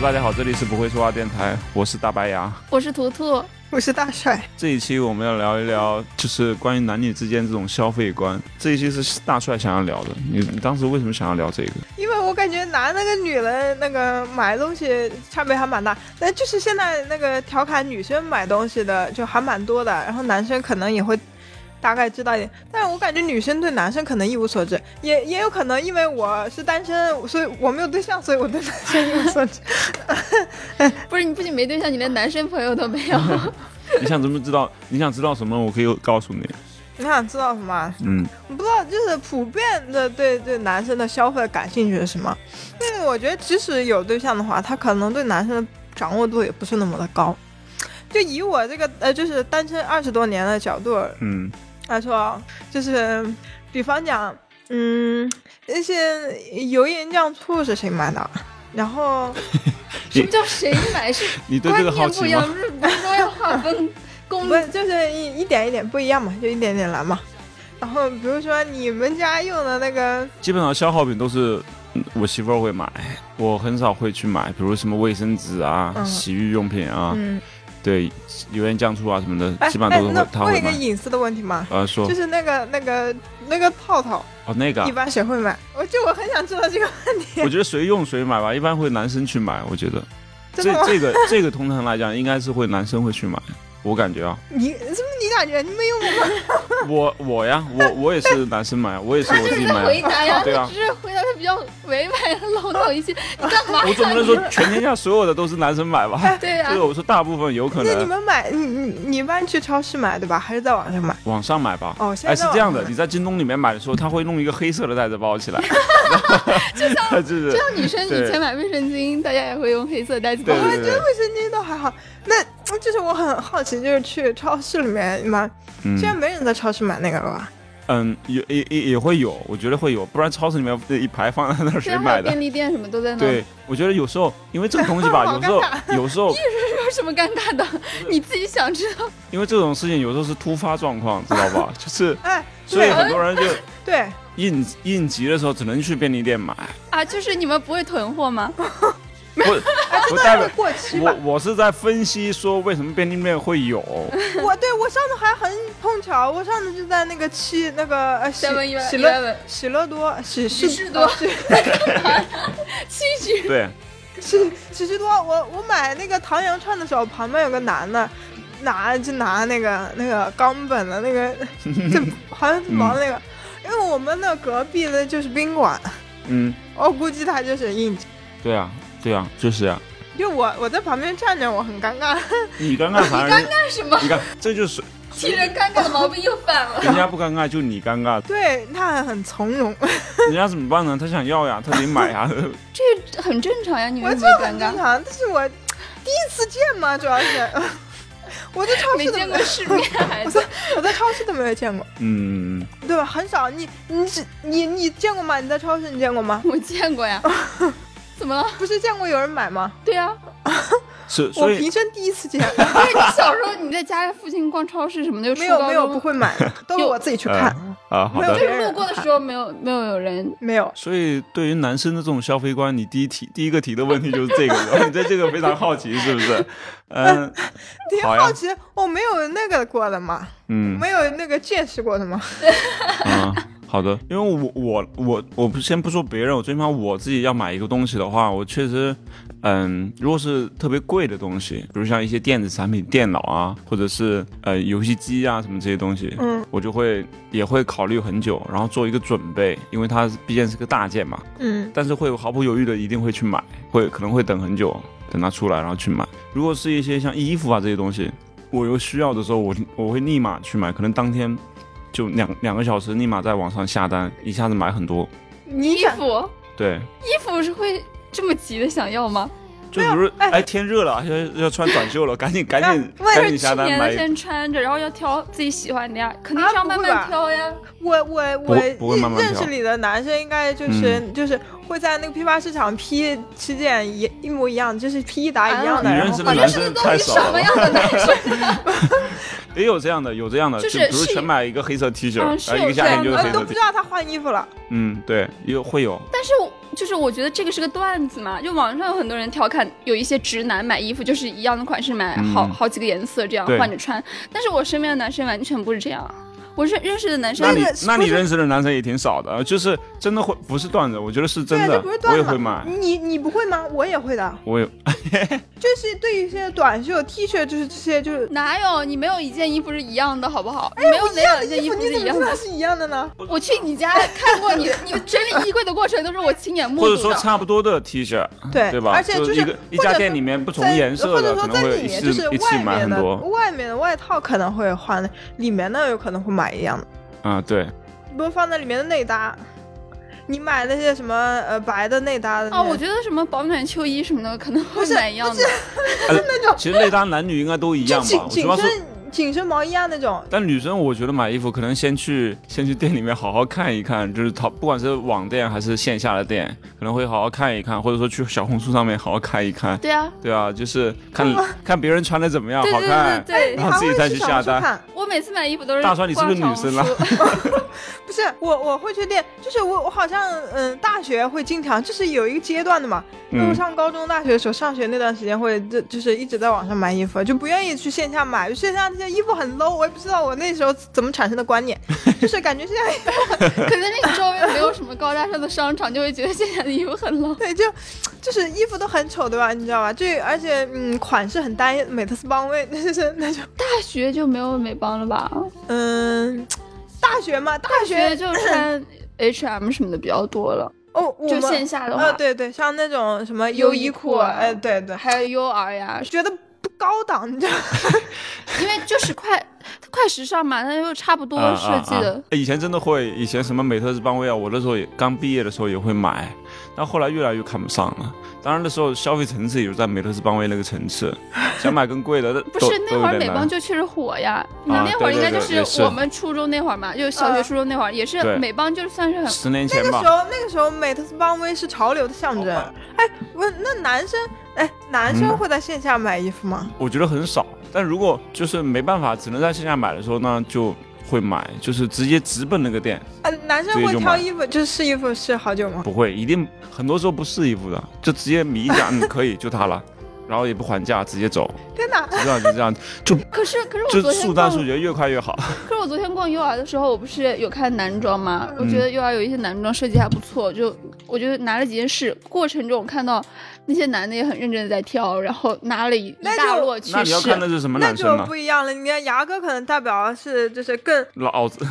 大家好，这里是不会说话电台，我是大白牙。我是图图，我是大帅，这一期我们要聊一聊，就是关于男女之间这种消费观。这一期是大帅想要聊的，你你当时为什么想要聊这个？因为我感觉男的跟女的那个买东西差别还蛮大，但就是现在那个调侃女生买东西的就还蛮多的，然后男生可能也会大概知道一点，但我感觉女生对男生可能一无所知，也也有可能因为我是单身，所以我没有对象，所以我对男生一无所知。不是你不仅没对象，你连男生朋友都 没有。你想怎么知道？你想知道什么？我可以告诉你。你想知道什么啊？嗯，我不知道，就是普遍的对对男生的消费感兴趣是什么？因为我觉得即使有对象的话，他可能对男生的掌握度也不是那么的高。就以我这个呃，就是单身二十多年的角度嗯，来说啊，就是比方讲，嗯，那些油盐酱醋是谁买的？然后什么叫谁买？是你 对观这个好念不一奇样吗？，日不是都要划分公不是就是一一点一点不一样嘛，就一点点来嘛。然后比如说你们家用的那个基本上消耗品都是嗯我媳妇儿会买，我很少会去买，比如什么卫生纸啊、嗯洗浴用品啊，嗯，对，油盐酱醋啊什么的，哎基本哎上都是那会她问会一个买。隐私的问题吗？呃，说就是那个那个那个套套，哦那个啊一，般谁会买？我就我很想知道 这个，我觉得谁用谁买吧，一般会男生去买，我觉得。真这的吗？这个这个通常来讲，应该是会男生会去买，我感觉啊，你是不是你感觉你没用过吗？ 我我呀，我我也是男生买，啊我也是他我就自己是在买回答呀，啊，对他 啊只，是回答的比较委婉和唠叨一些。你干嘛呀？我总不能说全天下所有的都是男生买吧？ 你对啊这，个我说大部分有可那你能们买，你你你一般去超市买对吧？还是在网上买？网上买吧。哦，现哎，在是在这样的网，上你买在京东里面买的时候，他会弄一个黑色的袋子包起来， 然后 就是就像女生以前买卫生巾，大家也会用黑色袋子包对。对我觉对得，卫生巾都还好。那就是我很好奇，就是去超市里面买，现在嗯没人在超市买那个了吧？嗯，也也也也会有，我觉得会有，不然超市里面这一排放在那儿虽谁然啊还买有的便？利店什么都在那，对，我觉得有时候因为这个东西吧， 好有时候尴有时候有什么尴尬的？你自己想知道。因为这种事情有时候是突发状况，知道 吧？就是哎，所以对很多人就对，应应急的时候只能去便利店买。啊，就是你们不会囤货吗？我代会表过期哎吧我？我是在分析说为什么便利店会 有，我对我上次还很碰巧，我上次就在那个七那个呃喜 Seven 喜乐 Eleven 喜乐多喜喜事多喜七十对， 喜喜事多，我我买那个唐羊串的时候，旁边有个男的，拿就拿那个那个冈本的那个，就 好像是毛的那个，嗯因为我们那隔壁的就是宾馆，嗯，我估计他就是应急，对啊，对啊，就是啊。就我我在旁边站着，我很尴尬，你尴尬反而干什么？ 你看，这就是替人尴尬的毛病又犯 了。人家不尴尬，就你尴尬，对他很从容，人家怎么办呢？他想要呀，他得买呀。 这很正常呀，你我们这不会尴很正尬，常，但是我第一次见嘛，主要是。 我在超 没市都见过世面， 孩子。我在超市都没有见过，嗯，对吧？很少。你你只你你见过吗？你在超市你见过吗？我见过呀。 怎么了？不是见过有人买吗？对 呀、是我所以平生第一次见， 不是你小时候你在家附近逛超市什么的，就没初有高没有中不会买， 都是我自己去看。啊，好的没就有。是路过的时候没有没有有人。没有，所以对于男生的这种消费观，你第一提第一个提的问题就是这个， 然后你对这个非常好奇，是不是？嗯挺好呀好奇，我没有那个过的嘛，嗯没有那个见识过的嘛。啊，好的，因为我我我我不先不说别人，我最起码我自己要买一个东西的话，我确实，嗯，如果是特别贵的东西，比如像一些电子产品、电脑啊，或者是呃游戏机啊什么这些东西，嗯我就会也会考虑很久，然后做一个准备，因为它毕竟是个大件嘛，嗯，但是会毫不犹豫的一定会去买，会可能会等很久，等它出来然后去买。如果是一些像衣服啊这些东西，我有需要的时候，我我会立马去买，可能当天就两两个小时立马在网上下单，一下子买很多。你衣想服对，衣服是会这么急的想要吗？就比如哎天热了，要要穿短袖了，赶紧赶紧那赶去紧下单年买的一个。先穿着，然后要挑自己喜欢的呀，肯啊定是要慢慢挑呀。我我不我会不会慢慢认挑嗯识里的男生应该就是就是会在那个批发市场批旗舰一一模一样，就是批一沓一样的，你然认后识我的认男识生的太都是少什么了，样的男生？也有这样的，有这样的，就是比如是全买一个黑色 T 恤，嗯是然后一有个夏天就是这黑样呃色都 T 不恤知。道他换衣服了。嗯，对，有会有，但是我就是我觉得这个是个段子嘛，就网上有很多人调侃，有一些直男买衣服就是一样的款式买好、嗯好几个颜色这样对换着穿，但是我身边的男生完全不是这样，我是认识的男生那你那个那不你是认识的男生也挺少的，就是真的会不是段子，我觉得是真对啊，这的不是，我也段会子买嘛。，你你不会吗？我也会的，我也就是对于一些短袖、T 恤，就是这些，就是哪有你没有一件衣服是一样的，好不好？哎没有哪两件衣服你是怎一么样知道的。是一样的呢？我去你家看过 你，你整理衣柜的过程都是我亲眼目或者睹说的。差不多的 T 恤，对对吧？而且就就是一个一家店里面不同在颜色或者的，说可在能会里一面次就是一起外买面很的多外面的外套可能会换，里面的有可能会买一样的，啊，对，不是放在里面的内搭。你买那些什么呃白的内搭的啊，我就觉得什么保暖秋衣什么的可能会是买一样的，那种其实内搭男女应该都一就样紧吧，主紧要是。身紧身毛衣啊那种，但女生，我觉得买衣服可能先去先去店里面好好看一看，就是淘，不管是网店还是线下的店，可能会好好看一看，或者说去小红书上面好好看一看。对啊，对啊，就是看看别人穿的怎么样，对好对对看。对然对。后还自己会再去去小下红书单看。我每次买衣服都是大川你是不是逛女生啊小红书不是我，我会去练，就是我我好像嗯、大学会经常，就是有一个阶段的嘛。因为我嗯上高中、大学的时候，上学那段时间会就就是一直在网上买衣服，就不愿意去线下买，就线下那些衣服很 low，我也不知道我那时候怎么产生的观念，就是感觉现 在。可能你周围没有什么高大上的商场，就会觉得现在的衣服很 low 对就就是衣服都很丑，对吧？你知道吧？这而且嗯款式很单一，美特斯邦威， 就是那种大学就没有美邦了吧？嗯。大学嘛，大大学就穿 H&M 什么的比较多了，哦，我就们线下的话，呃，对对，像那种什么优优衣衣库库，啊哎，对对，还有 UR 呀，觉得不高档，你知道吗？因为就是快它快时尚嘛，它又差不多啊设计啊的啊。以前真的会，以前什么美特斯邦威啊，我那时候也刚毕业的时候也会买，但后来越来越看不上了。当然那时候消费层次也就在美特斯邦威那个层次，想买更贵的 不不是那会儿美邦就确实火呀，那啊那会儿应该就对对对也是我们初中那会儿嘛，就小学呃初中那会儿也是对美邦，就算是很十年前那个时吧，候，那个时候美特斯邦威是潮流的象征。哎，我那男生，哎，男生嗯会在线下买衣服吗？我觉得很少。但如果就是没办法，只能在线下买的时候呢，就会买，就是直接直奔那个店，啊，男生直接会就挑买衣服，就是试衣服试好久吗？不会，一定很多时候不试衣服的，就直接迷一下，嗯，可以就它了，然后也不还价，直接走，天哪，就这样就这样，可 是可是我就昨天速逛战，速决，越快越 好。可是我昨天逛 UR 的时候，我不是有看男装吗？我嗯觉得 UR 有一些男装设计还不错，就我就拿了几件试，过程中我看到那些男的也很认真的在挑，然后拿了一一那就大摞去那你要看试。的是什么那男就生呢不？一样了。你看牙哥可能代表是就是更老子，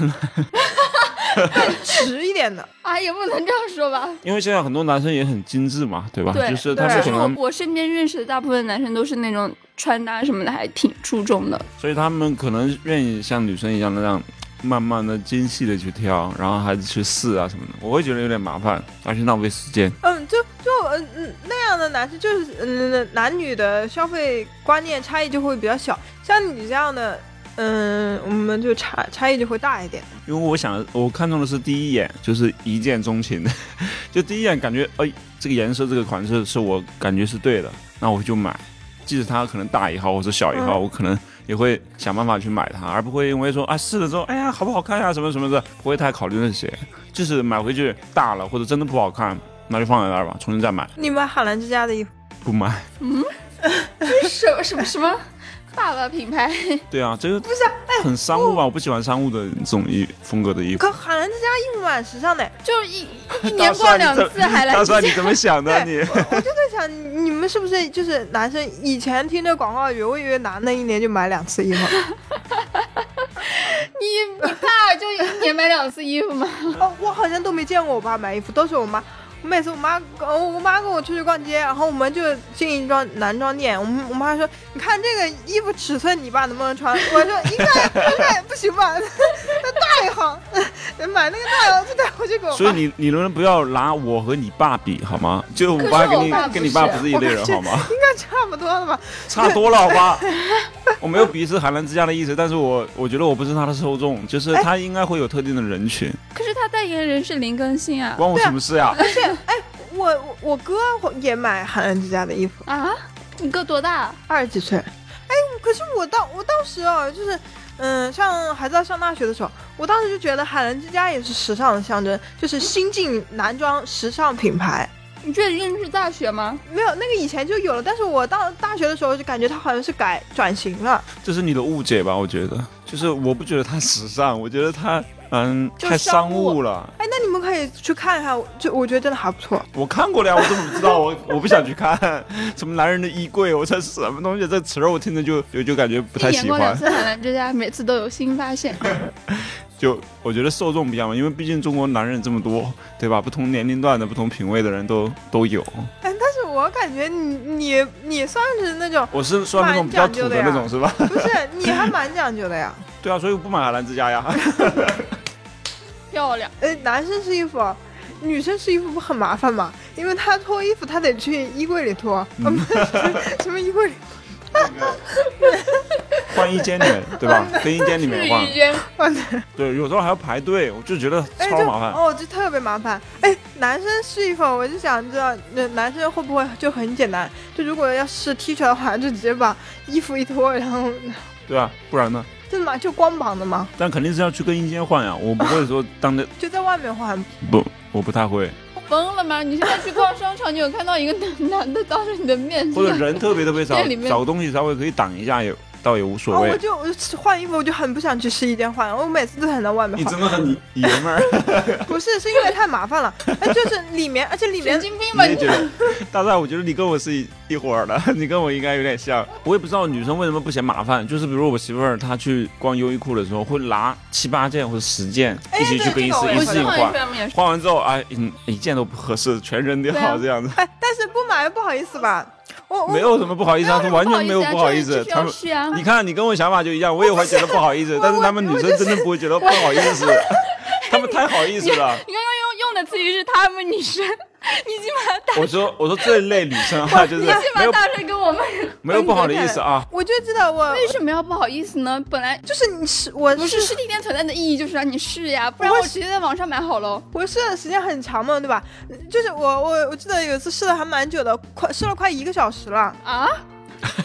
直一点的，啊，也不能这样说吧。因为现在很多男生也很精致嘛，对吧？对，啊就是他们可可是我能，我身边认识的大部分男生都是那种穿搭什么的还挺注 重的。所以他们可能愿意像女生一样的让。慢慢的、精细的去挑，然后还去试啊什么的，我会觉得有点麻烦，而且浪费时间。嗯，就就嗯嗯那样的男生，就是嗯男女的消费观念差异就会比较小。像你这样的，嗯，我们就差差异就会大一点。因为我想，我看中的是第一眼，就是一见钟情 的，就第一眼感觉，哎，这个颜色、这个款式是我感觉是对的，那我就买。即使它可能大一号或者小一号，嗯我可能也会想办法去买它，而不会因为说啊试了之后，哎呀好不好看呀、什么什么的，不会太考虑那些。就是买回去大了或者真的不好看，那就放在那儿吧，重新再买，你买海澜之家的衣服，不买。什么什么什么爸爸品牌？ 对啊，这个不是很商务啊吧？我不喜欢商务的这种衣风格的 衣服。可海澜之家衣服蛮时尚的。就 是一一年逛两次还来大一帅，你件。怎么想 的你？在想你们是不是就是男生以前听这广告语，我以为男的一年就买两次衣服。你你爸就一年买两次衣服吗？ 哦，我好像都没见过我爸买衣服，都是我妈。我每次我妈跟我我妈跟我出去逛街，然后我们就进一装男装店，我们我妈说：“你看这个衣服尺寸，你爸能不能穿？”我说：“应该应该不行吧， 那大一号， 买那个大一号就带回去 给我所以妈。你你能不能不要拿我和你爸比好吗？就我可爸是我跟你爸不跟你是爸不是一类人我感觉好吗？应该差不多了吧？ 差多了好吧？我没有鄙视海澜之家的意思，但是我我觉得我不是他的受众，就是他应该会有特定的人群，可是他代言人是林更新啊关我什么事呀？我我我哥也买海澜之家的衣服，啊！你哥多大？二十几岁。哎，可是我当我当时啊，就是，嗯，上还在上大学的时候，我当时就觉得海澜之家也是时尚的象征，就是新晋男装时尚品牌。你这认识大学吗？没有那个以前就有了，但是我到大学的时候就感觉它好像是改转型了，这是你的误解吧？我觉得，就是我不觉得它时尚，我觉得它嗯就是太商商务务了。哎，那你们可以去看一看，就我觉得真的还不错。我看过了呀，我怎么知道？ 我我不想去看 什么男人的衣柜，我这是什么东西？这词儿我听着就就就感觉不一太年喜逛两欢。次海澜之家，每次都有新发现。就我觉得受众不一样嘛，因为毕竟中国男人这么多，对吧？不同年龄段的、不同品味的人都都有。哎，但是我感觉你你你算是那种我是算那种比较土的那种，是吧？不是，你还蛮讲究的呀。 对啊，所以我不买海澜之家呀。 漂亮，呃，男生试衣服，女生试衣服不很麻烦吗？因为他脱衣服，他得去衣柜里脱，嗯啊不是 什么衣柜里，换衣间里面，对 吧？更衣间里面换试，衣间哎对，有时候还要排队，我就觉得就超麻 烦。哦，就特别麻烦。哎，男生试衣服，我就想知道，那男生会不会就很简单？就如果要试 T 恤的话，就直接把衣服一脱，然后对啊，不然呢？真的吗？就光膀子吗？但肯定是要去更衣间换呀，啊我不会说当着就在外面换。 不，我不太会，疯了吗？你现在去逛商场，你有看到一个男男的当着你的面或者人特别特别 少店里，面找个东西稍微可以挡一下也倒也无啊，所我谓。就我就换衣服，我就很不想去试衣间换，我每次都想在外面你换。真的 很爷们儿，不是，是因为太麻烦了。哎，就是里面，而且里面神经病你吧也你觉？得？大帅，我觉得你跟我是一一伙儿的， 你跟我应该有点像。我也不知道女生为什么不嫌麻烦，就是比如我媳妇儿她去逛优衣库的时候，会拿七八件或者十件哎一起去对更衣这个我室也一我次性去会换逛一。圈也是。换完之后，哎，嗯，一件都不合适，全扔掉对啊这样子，哎，但是不买不好意思吧？我我没有什么不好意思啊，他完全没有不好意这思里。就他要们，去啊，你看你跟我想法就一样，我也会觉得不好意思，但是他们女生真的不会觉得不好意思，他们太好意思了。你刚刚用用的词语是他们女生，你已经把大，我说我说这一类女生啊，就是你已经没把有大帅跟我们没有不好的意思啊，我就知道我为什么要不好意思呢？本来就是你是我不是实体店存在的意义就是让你试呀，不然我我直接在网上买好喽。我试的时间很长嘛，对吧？就是我我我记得有一次试了还蛮久的，快试了快一个小 时了。啊？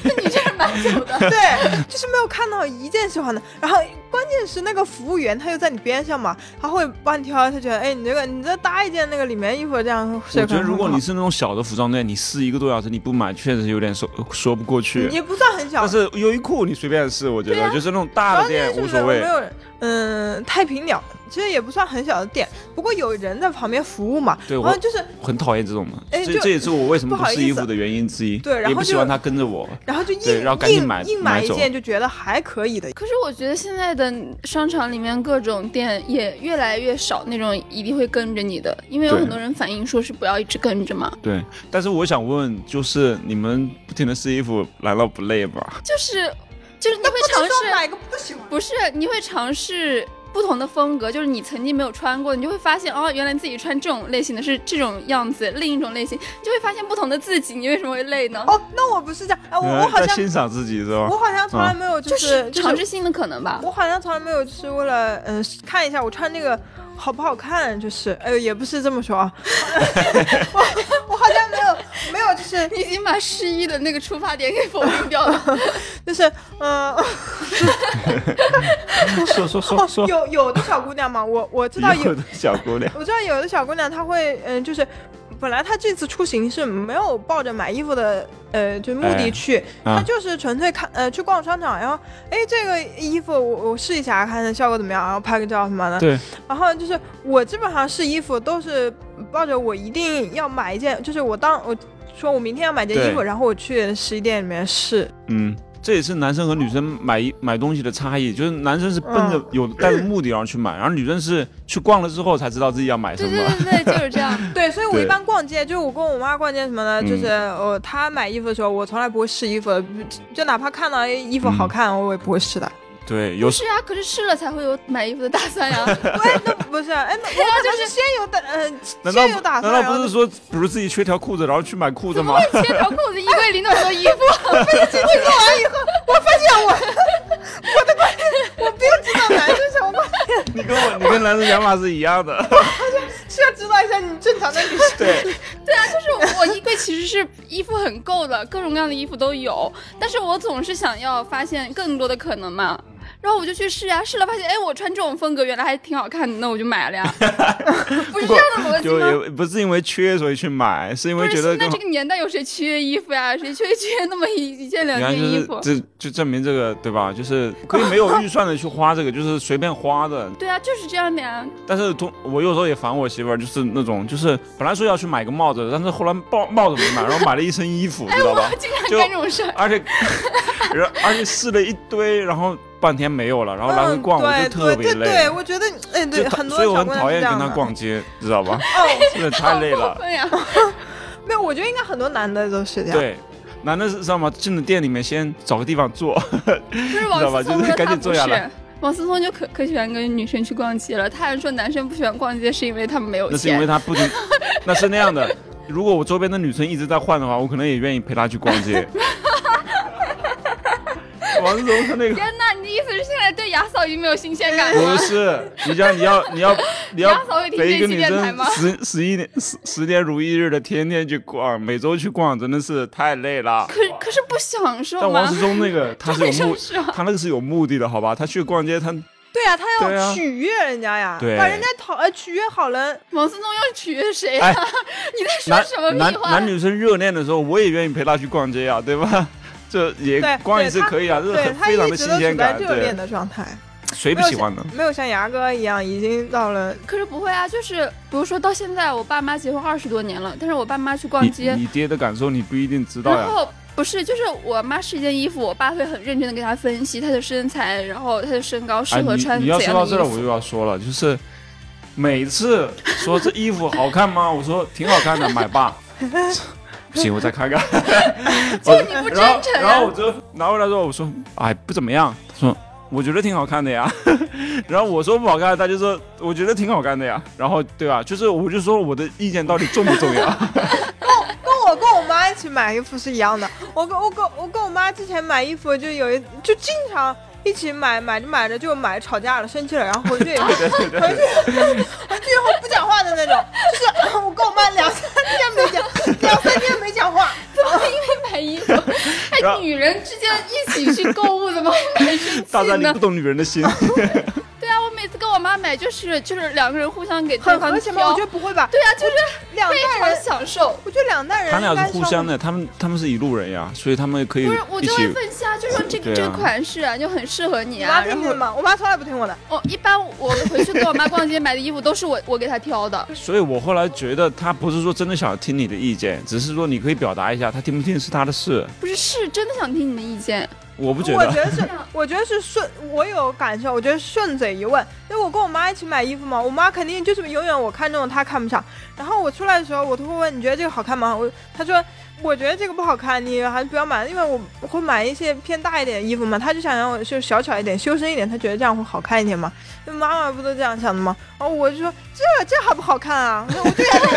那你这是蛮久的， 对，就是没有看到一件喜欢的。然后关键是那个服务员他又在你边上嘛，他会帮你挑，他觉得哎你这个你再搭一件那个里面衣服这样我试觉得如果你很是那种小的服装店，你试一个多小时你不买，确实有点说说不过好去。也不算很小但，是优衣库你随便试，我觉对得啊就是那种大的店是无不是所我谓没。有人，嗯，太平鸟其实也不算很小的店，不过有人在旁边服务嘛，对然我后就是很讨厌这种嘛，哎这就这也是我为什么不好试衣意思服的原因之一。对然后也不喜就欢他跟着我。然后就对硬然后赶紧硬买硬买买一走件就觉得还可以的。可是我觉得现在的商场里面各种店也越来越少那种一定会跟着你的，因为有对很多人反映说是不要一直跟着嘛。对，但是我想问，就是你们不停的试衣服，难道不累吗？就是就是你会不尝能说试，买个不喜欢。不是你会尝试不同的风格，就是你曾经没有穿过，你就会发现哦，原来自己穿这种类型的是这种样子，另一种类型，你就会发现不同的自己，你为什么会累呢？哦，那我不是这样，哎，我你我们好嗯 在像欣赏自己是吧我？好像从来没有就是就尝是试新的可能吧。我好像从来没有就是为了嗯、看一下我穿这个好不好看，就是哎呦也不是这么说啊， 我 我好像没有没有就是你已经把失忆的那个出发点给否定掉了，就是嗯、呃说说说哦说，有有的小姑娘嘛，我我知道有的小姑娘，我知道有的小姑娘她会，嗯、就是本来她这次出行是没有抱着买衣服的，呃，就目的哎去，啊她就是纯粹看，呃，去逛商场，然后，哎，这个衣服我我试一下，看看效果怎么样，然后拍个照什么的。对，然后就是我基本上试衣服都是抱着我一定要买一件，就是我当我说我明天要买件衣服，对然后我去试衣店里面试。嗯。这也是男生和女生买一买东西的差异，就是男生是奔着嗯有带着目的然后去买，然后女生是去逛了之后才知道自己要买什 对么。对对对，就是这样。对，所以我一对般逛街，就是我跟我妈逛街什么的，嗯就是我她买衣服的时候，我从来不会试衣服的，就就哪怕看到衣服好看，我也不会 试的。对有时是啊，可是试了才会有买衣服的打算呀。 对，那不是，哎，那我就是先有打，呃，难道先有打难算，道不然后是说，比如自己缺条裤子，然后去买裤子怎么吗？会切条裤子？衣柜里那么多衣服，啊我并不知道男生什么，你跟我你跟男生想法是一样 的。是要知道一下你正常的女生。对， 就是我我衣柜其实是衣服很够的，各种各样的衣服都有，但是我总是想要发现更多的可能嘛。然后我就去试呀、试了发现，哎，我穿这种风格原来还挺好看的，那我就 买了呀。不是这样的逻辑就吗？也不是因为缺所以去买，是因不为是觉得现在更这好。个年代有谁缺衣服呀？谁缺缺那么一一件两原来件就衣是服？这就证明这个对吧？就是可以没有预算的去花这个，就是随便花的。对啊，就是这样的呀。但是同我有时候也烦我媳妇儿，就是那种就是本来说要去买个帽子，但是后来帽帽子没买，然后买了一身衣服，知道 吧？经常就干这种事儿。而且然后而且试了一堆，然后半天没有了，然后来回逛我就嗯、特对别对对对，累。我觉得哎就对，她很多所以我小很姑娘讨是厌这样跟的她。逛街，知道吧？哦， 真的太累好了 过。分呀！没有，我觉得应该很多男的都是这样。对，男的是知道吗？进了店里面先找个地方 坐，不是知道吧王思聪就是说赶他紧坐不下来是，王思聪就可可喜欢跟女生去逛街了。他还说男生不喜欢逛街是因为他们没有那是因为钱。他不仅，那是那样的。如果我周边的女生一直在换的话，我可能也愿意陪她去逛 街。王思聪他那个天呐，你的意思是现在对牙嫂已经没有新鲜感 了不吗？是，你知道你要你要你要杨嫂会听陪一个这期女电台生吗十十一年十十年如一日的天天去逛，每周去逛，真的是太累了。可可是不享受但王吗思？聪那 个他是太有 目上，是啊，他那个是有目的的，好吧？他去逛街，他对呀、他对啊要取悦人家呀，对把人家讨呃取悦好了，王思聪要取悦谁哎呀？ 你在说男什么男屁话？男女生热恋的时候，我也愿意陪他去逛街啊，对吧？这也对逛一次对他可以啊，这是对很他非常的一直新都鲜处在感。热恋对，的状态，谁不喜欢呢？没有像牙哥一样已经到了可是不会啊，就是比如说到现在，我爸妈结婚二十多年了，但是我爸妈去逛你街，你爹的感受你不一定知道然呀。后不是就是我妈试一件衣服，我爸会很认真的给她分析她的身材，然后她的身高适哎，合你穿你怎要样的衣说服。到这儿，我又要说了，就是每次说这衣服好看吗？我说挺好看的，买吧。不行，我再看看。就你不真然后诚、然啊后我就拿回来之后，我说哎不怎么样，他说我觉得挺好看的呀。 然后我说不好看，他就说我觉得挺好看的呀。然后对吧？就是我就说我的意见到底重不重 要？跟我跟我妈一起买衣服是一样的。我跟我跟我跟我妈之前买衣服就有一就经常一起买买着买着就买吵架了，生气了，然后回去以后回去 对对对，回去以后不讲话的那种。就是我跟我妈两三天没讲，两三天没讲话。买衣 服，哎然后，女人之间一起去购物，怎么会买生大气战你呢不？懂女人的心。对啊，我每次跟我妈买，就是就是两个人互相给对很方和谐吗？我挑觉，得不会吧，对啊，就是两非代常人，享受。我觉得两代人他应俩该是互相的，他们他们是一路人呀，所以他们可以不是，我嗯一就会起。分析啊，就说这个、对啊这个款式啊，就很适合你我妈啊。听然你后的吗？我妈从来不听我的。哦，一般我回去跟我妈逛街买的衣服都是我我给她挑的。所以我后来觉得他不是说真的想听你的意见，只是说你可以表达一下，他听不听是他的事，不是，是真的想听你的意见。我不觉我得。觉得是，我觉得是顺，我有感受，我觉得顺嘴一问，因为我跟我妈一起买衣服嘛，我妈肯定就是永远我看中的她看不上，然后我出来的时候，我都会问你觉得这个好看吗？我她说我觉得这个不好看，你还是不要买，因为我我会买一些偏大一点的衣服嘛，她就想让我就小巧一点、修身一点，她觉得这样会好看一点嘛。那妈妈不都这样想的吗？然后我就说这这还不好看啊？ 我说我这个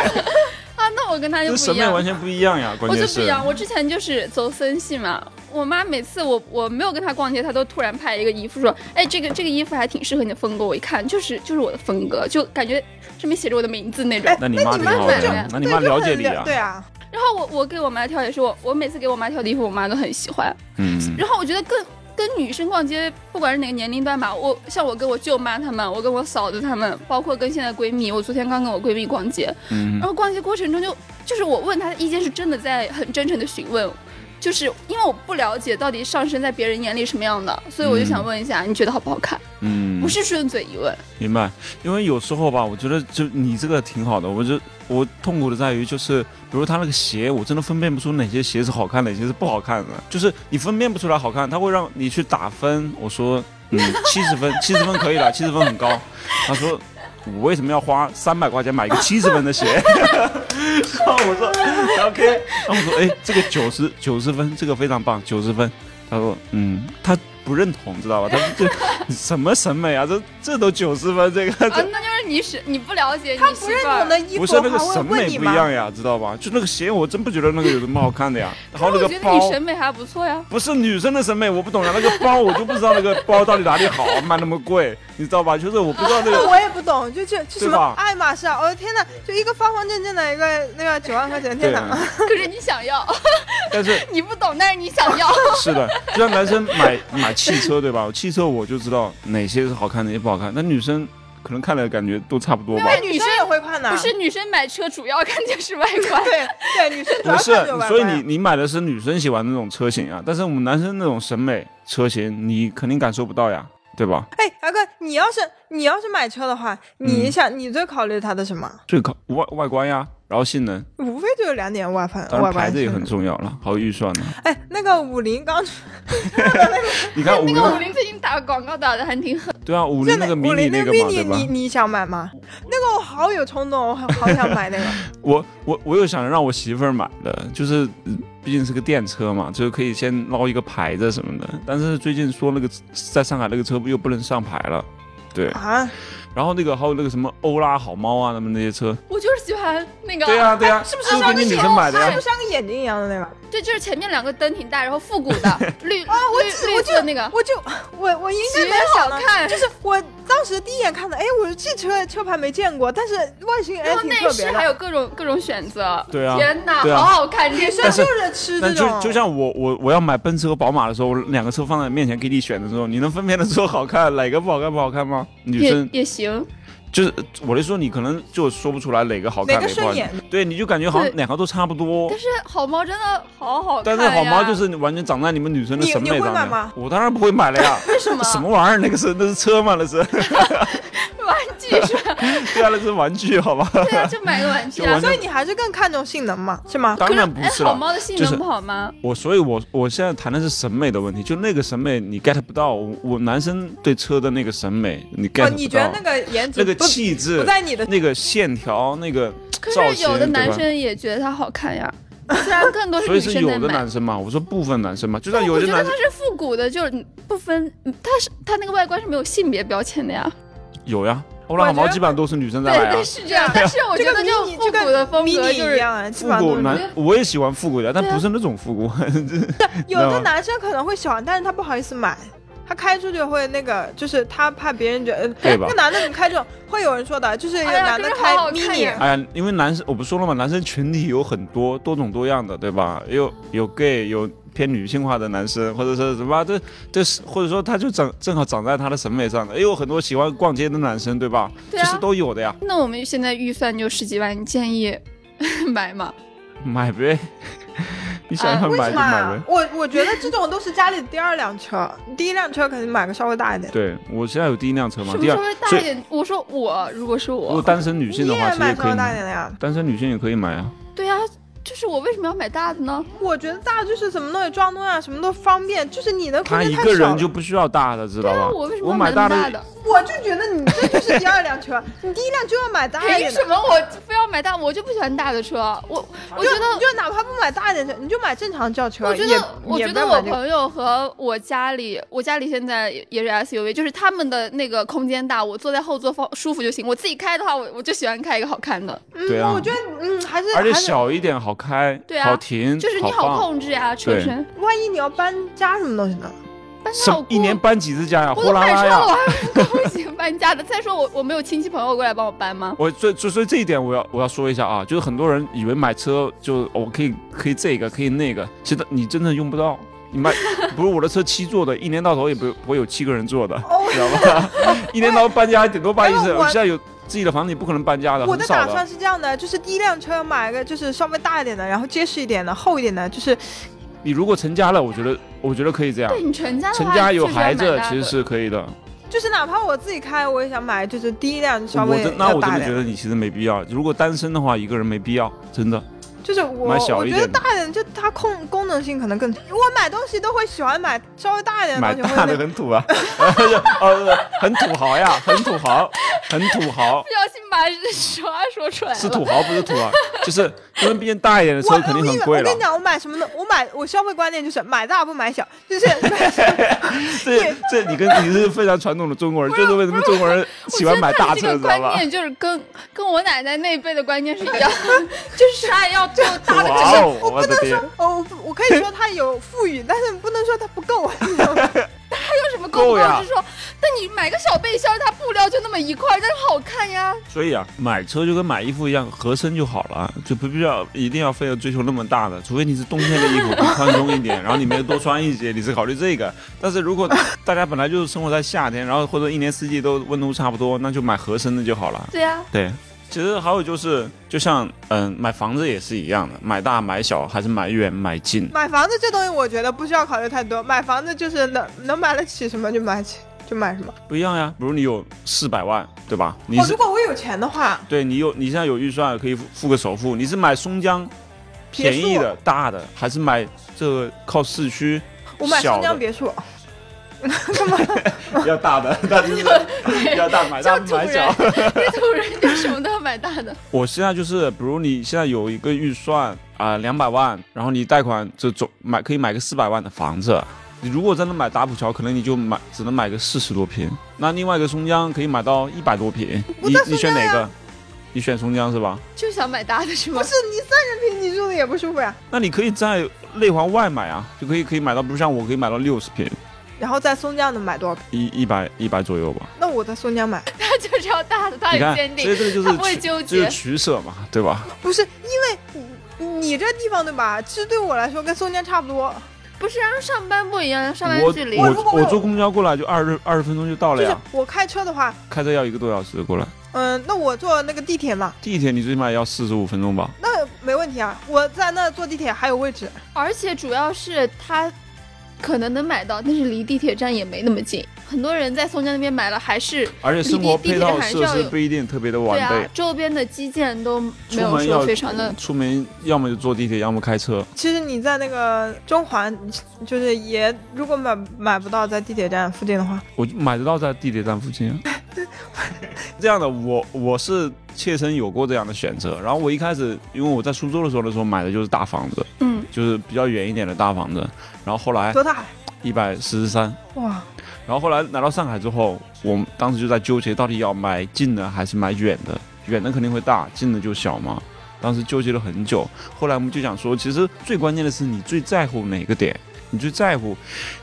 啊，那我跟他就这不审一美样，完全不一样呀，关我键就是不一样。我之前就是走森系嘛，我妈每次我我没有跟她逛街，她都突然拍一个衣服说，哎，这个这个衣服还挺适合你的风格。我一看就是就是我的风格，就感觉上面写着我的名字那种。那你妈挺好那你妈的就，那你妈对就了解很你啊对。啊，然后我我给我妈挑也是我我每次给我妈挑的衣服，我妈都很喜欢。嗯，然后我觉得跟跟女生逛街，不管是哪个年龄段吧，我像我跟我舅妈她们，我跟我嫂子她们，包括跟现在闺蜜，我昨天刚跟我闺蜜逛街，嗯然，后逛街过程中就就是我问她的意见是真的在很真诚的询问，就是因为我不了解到底上身在别人眼里什么样的，所以我就想问一下、你觉得好不好看，嗯不是顺嘴 一问，明白。因为有时候吧，我觉得就你这个挺好的，我就我痛苦的在于就是，比如他那个鞋，我真的分辨不出哪些鞋是好看，哪些是不好看的。就是你分辨不出来好看，他会让你去打分。我说，嗯，七十分，七十分可以了，七十分很高。他说。我为什么要花三百块钱买一个七十分的鞋？然后我说 OK，然后我说哎，这个九十九十分，这个非常棒，九十分。他说嗯，他不认同，知道吧？他就什么审美啊？这这都九十分，这个啊，那就是你是你不了解，他你习不认惯同的衣不服是那个还会审美问不你一吗？样呀，知道吧？就那个鞋，我真不觉得那个有什么好看 的呀。然后我那觉个得你包，审美还不错呀。 不是女生的审美，我不懂呀。那个包，我就不知道那个包到底哪里好， 卖那么贵，你知道吧？就是我不知道那那个， 我也不懂，就就就什对么吧爱马仕啊！我、的天哪，就一个方方正正的一个那个九万块钱，对，天 哪！可是你想要，但是你不懂，但是你想 啊要。是的，就像男生买 买汽车对吧？汽车我就知道哪些是好看，哪些不好看。那女生可能看了感觉都差不多吧。对，女生也会看的，啊不是女生买车主要看就是外 观，对对，女生主要不是看九，万所以块你你买的是女生喜欢那种车型啊，但是我们男生那种审美车型，你肯定感受不到呀，对吧？哎，大哥，你要是你要是买车的话，你嗯想、你最考虑它的什么？最考外外观呀，然后性能，无非就是两点外观，当外然观嗯牌子也是很重要了，还有预算呢。哎，那个五菱刚出，哎你看五那菱，个五菱最近打广告打的还挺狠，对啊，五就菱那个迷五你菱那个嘛， mini，对吧你？你想买吗？那个我好有冲动，我好好想买 那个。我我我有想让我媳妇儿买的，就是嗯毕竟是个电车嘛，就是可以先捞一个牌子什么的。但是最近说那个在上海那个车又不能上牌了，对。啊，然后那个还有那个什么欧拉好猫啊，他们那些车，我就是喜欢那个，啊对呀、对呀、啊啊哎是不是就上给你面女写生买的它呀就？像个眼睛一样的那个。对，就是前面两个灯挺大，然后复古的 绿啊，我只绿我绿就色那个，我就我我应该绝没有想好到，看，就是我当时第一眼看到，哎，我说这车车牌没见过，但是外形然还后挺内特饰别还的。有各种各种选择，对啊天哪，对啊好好看，这女是生但是就是吃那这种，就就像我我我要买奔驰和宝马的时候，我两个车放在面前给你选的时候，你能分辨得出好看哪个不好看不好看吗？女也生哦也行，就是我的说，你可能就说不出来哪个好看哪个不好顺眼看，对，你就感觉好对像两个都差不多但。是好猫真的好好看但呀，是好猫就是完全长在你们女生的你审你美会上买面吗。我当然不会买 了呀，为什啊么什么玩意儿？那个是那是车吗？那是 玩具是吧？对啊，那是玩具，好吧？对呀，就买个玩具就啊玩。所以你还是更看重性能嘛，是吗？当可是然不哎，是好了。猫的性就能是不好吗？我所以我，我现在谈的是审美的问题，就那个审美你 get 不到，我我男生对车的那个审美你 get 不哦，到，你觉得那个颜值那个不气不质，在你的那个线条，那个可造是型，有的男对吧？生也觉得它好看呀，虽然更多是所以女是生在有的买。男生嘛，我说部分男生嘛，就算但有我些觉得男它生是复古的，就是不分，嗯它是它那个外观是没有性别标签的呀。有呀，欧拉好我猫觉得基本上都是女生在对买啊对。是这样，但是我这觉个得就 mini- 复古的风格就这个 mini 一是样啊，基复本上都古是男，我也喜欢复古的，但对啊不是那种复古，有知的道吗男生可能会喜欢，但是他不好意思买，他开出去会那个，就是他怕别人觉得，对吧那？男的怎么开这种，会有人说的，就是有哎呀男的可是开好好看 mini，呀哎呀，因为男生我不说了嘛，男生群体有很多多种多样的，对吧？有有 gay，有偏女性化的男生，或者是什么，这这是或者说他就长正好长在他的审美上的，也有很多喜欢逛街的男生，对吧？对这啊是都有的呀，那我们现在预算就十几万，你建议 买吗？买呗， 你想啊要为买什就么买呗啊？。我我觉得这种都是家里的第二辆车，第一辆车可能买个稍微大一点。 对我现在有第一辆车嘛，是不第是二稍微大所以一点？我说我如果是如果我，单身女性的话，你也其实买稍可以微大一买，点的呀。单身女性也可以买啊。对呀、就是我为什么要买大的呢？我觉得大就是什么东西装东西啊，什么都方便，就是你的空他间一太个小人了。就不需要大的，知道吧？那啊我为什么我要买那么的大的？我就觉得你这就是第二辆车，你第一辆就要买大一凭点的什。么我非要买大？我就不喜欢大的车。我我觉得你就哪怕不买大一点的，你就买正常轿车。我觉啊也得，我也觉不得要我买这个朋友和我家里，我家里现在也也是 SUV，就是他们的那个空间大，我坐在后座方舒服就行。我自己开的话，我我就喜欢开一个好看的，对啊嗯，我觉得嗯还是而且还是，小一点好开，对啊好停，就是你嗯好放好控制呀、车对身。万一你要搬家什么东西呢？但是什我一年搬几次家呀？我货都拉买拉车了，我呀！还不行搬家的。再说我我没有亲戚朋友过来帮我搬吗？我最最所以这一点我要我要说一下啊，就是很多人以为买车就我可以可以这个可以那个，其实你真的用不到。你买不是我的车七座的，一年到头也不不会有七个人坐的，哦知道吧？一年到头搬家顶多搬一次。哎我我现在有自己的房子，你不可能搬家的，我很的少打算是这样的，就是第一辆车买一个就是稍微大一点的，然后结实一点的、厚一点的，就是你如果成家了，我觉得我觉得可以这样对，你成家的成话，啊家有确实要孩子买大其实的是可以的。就是哪怕我自己开，我也想买就是第一辆稍我微真那要我真大一的觉点的，得你其实没必要。如果单身的话，一个人没必要，真的。就是我买小我一觉得点的大一点就它控功能性可能更，我买东西都会喜欢买稍微大一点的买东西，大会的有那很土啊， 呃，很土豪呀，很土豪，很土豪不，小心把实话说出来是土了。豪不是土豪，就是因为毕竟大一点的车我肯定我跟很你贵了我跟你，讲，我买什么呢？我买我消费观念就是买大不买小，就是 买这这你跟你是非常传统的中国人，这是为什么中国人喜欢买大我觉车，得他知这个道观吧？念就是跟跟我奶奶那一辈的 观念是一样，就是啥也要做大的。哇哦，我我不的能天说，哦，我不我可以说它有富裕，但是不能说它不够，啊你知道吗？有什么够不够够？呀是说，那你买个小背心儿，它布料就那么一块儿，但是好看呀。所以啊，买车就跟买衣服一样，合身就好了，啊就不必要一定要非要追求那么大的，除非你是冬天的衣服宽松一点，然后里面多穿一些，你是考虑这个。但是如果大家本来就是生活在夏天，然后或者一年四季都温度差不多，那就买合身的就好了。对呀，对，其实还有就是，就像嗯、买房子也是一样的，买大买小还是买远买近，买房子这东西，我觉得不需要考虑太多。买房子就是能能买得起什么就买起，就买什么。不一样呀。比如你有四百万，对吧？你哦，是、如果我有钱的话，对你有你现在有预算可以付付个首付，你是买松江别便墅宜的大的，还是买这个靠市区我买小松江的别墅，要大 的，但是要大买这 大个不土买人小。，这土人就什么都要买大的。我现在就是，比如你现在有一个预算啊，两、百万，然后你贷款这种买可以买个四百万的房子。你如果真的买打浦桥，可能你就买只能买个四十多平。那另外一个松江可以买到一百多平，我你在你选松江哪呀个？你选松江是吧？就想买大的是吗 不？是你三人平你住的也不舒服呀。那你可以在内环外买啊，就可以可以买到，比如像我可以买到六十平，然后在松江能买多少平？一一百一百左右吧。那我在松江买，他就是要大的，他你很看，坚所以定。这个就他是不会取纠结就是取舍嘛，对吧？不是因为你你这地方对吧？其实对我来说跟松江差不多，不是啊，上班不一样，上班我距离。我如果我我我坐公交过来就二十二十分钟就到就了是呀，我开车的话，开车要一个多小时过来，嗯、那我坐那个地铁嘛，地铁你最起码要四十五分钟吧。那没问题啊。我在那坐地铁还有位置，而且主要是他可能能买到，但是离地铁站也没那么近。很多人在松江那边买了，还是而且生活地地配铁套还是设要施有不一定特别的完对啊备，，周边的基建都没出有门要说非常的。出门要么就坐地铁，要么开车。其实你在那个中环，就是也如果买买不到在地铁站附近的话，我就买得到在地铁站附近 啊。这样的，我我是切身有过这样的选择。然后我一开始，因为我在苏州的时候的时候买的就是大房子，嗯，就是比较远一点的大房子。然后后来多大？一百四十三，哇，然后后来来到上海之后，我们当时就在纠结，到底要买近的还是买远的？远的肯定会大，近的就小嘛。当时纠结了很久，后来我们就想说，其实最关键的是你最在乎哪个点，你最在乎，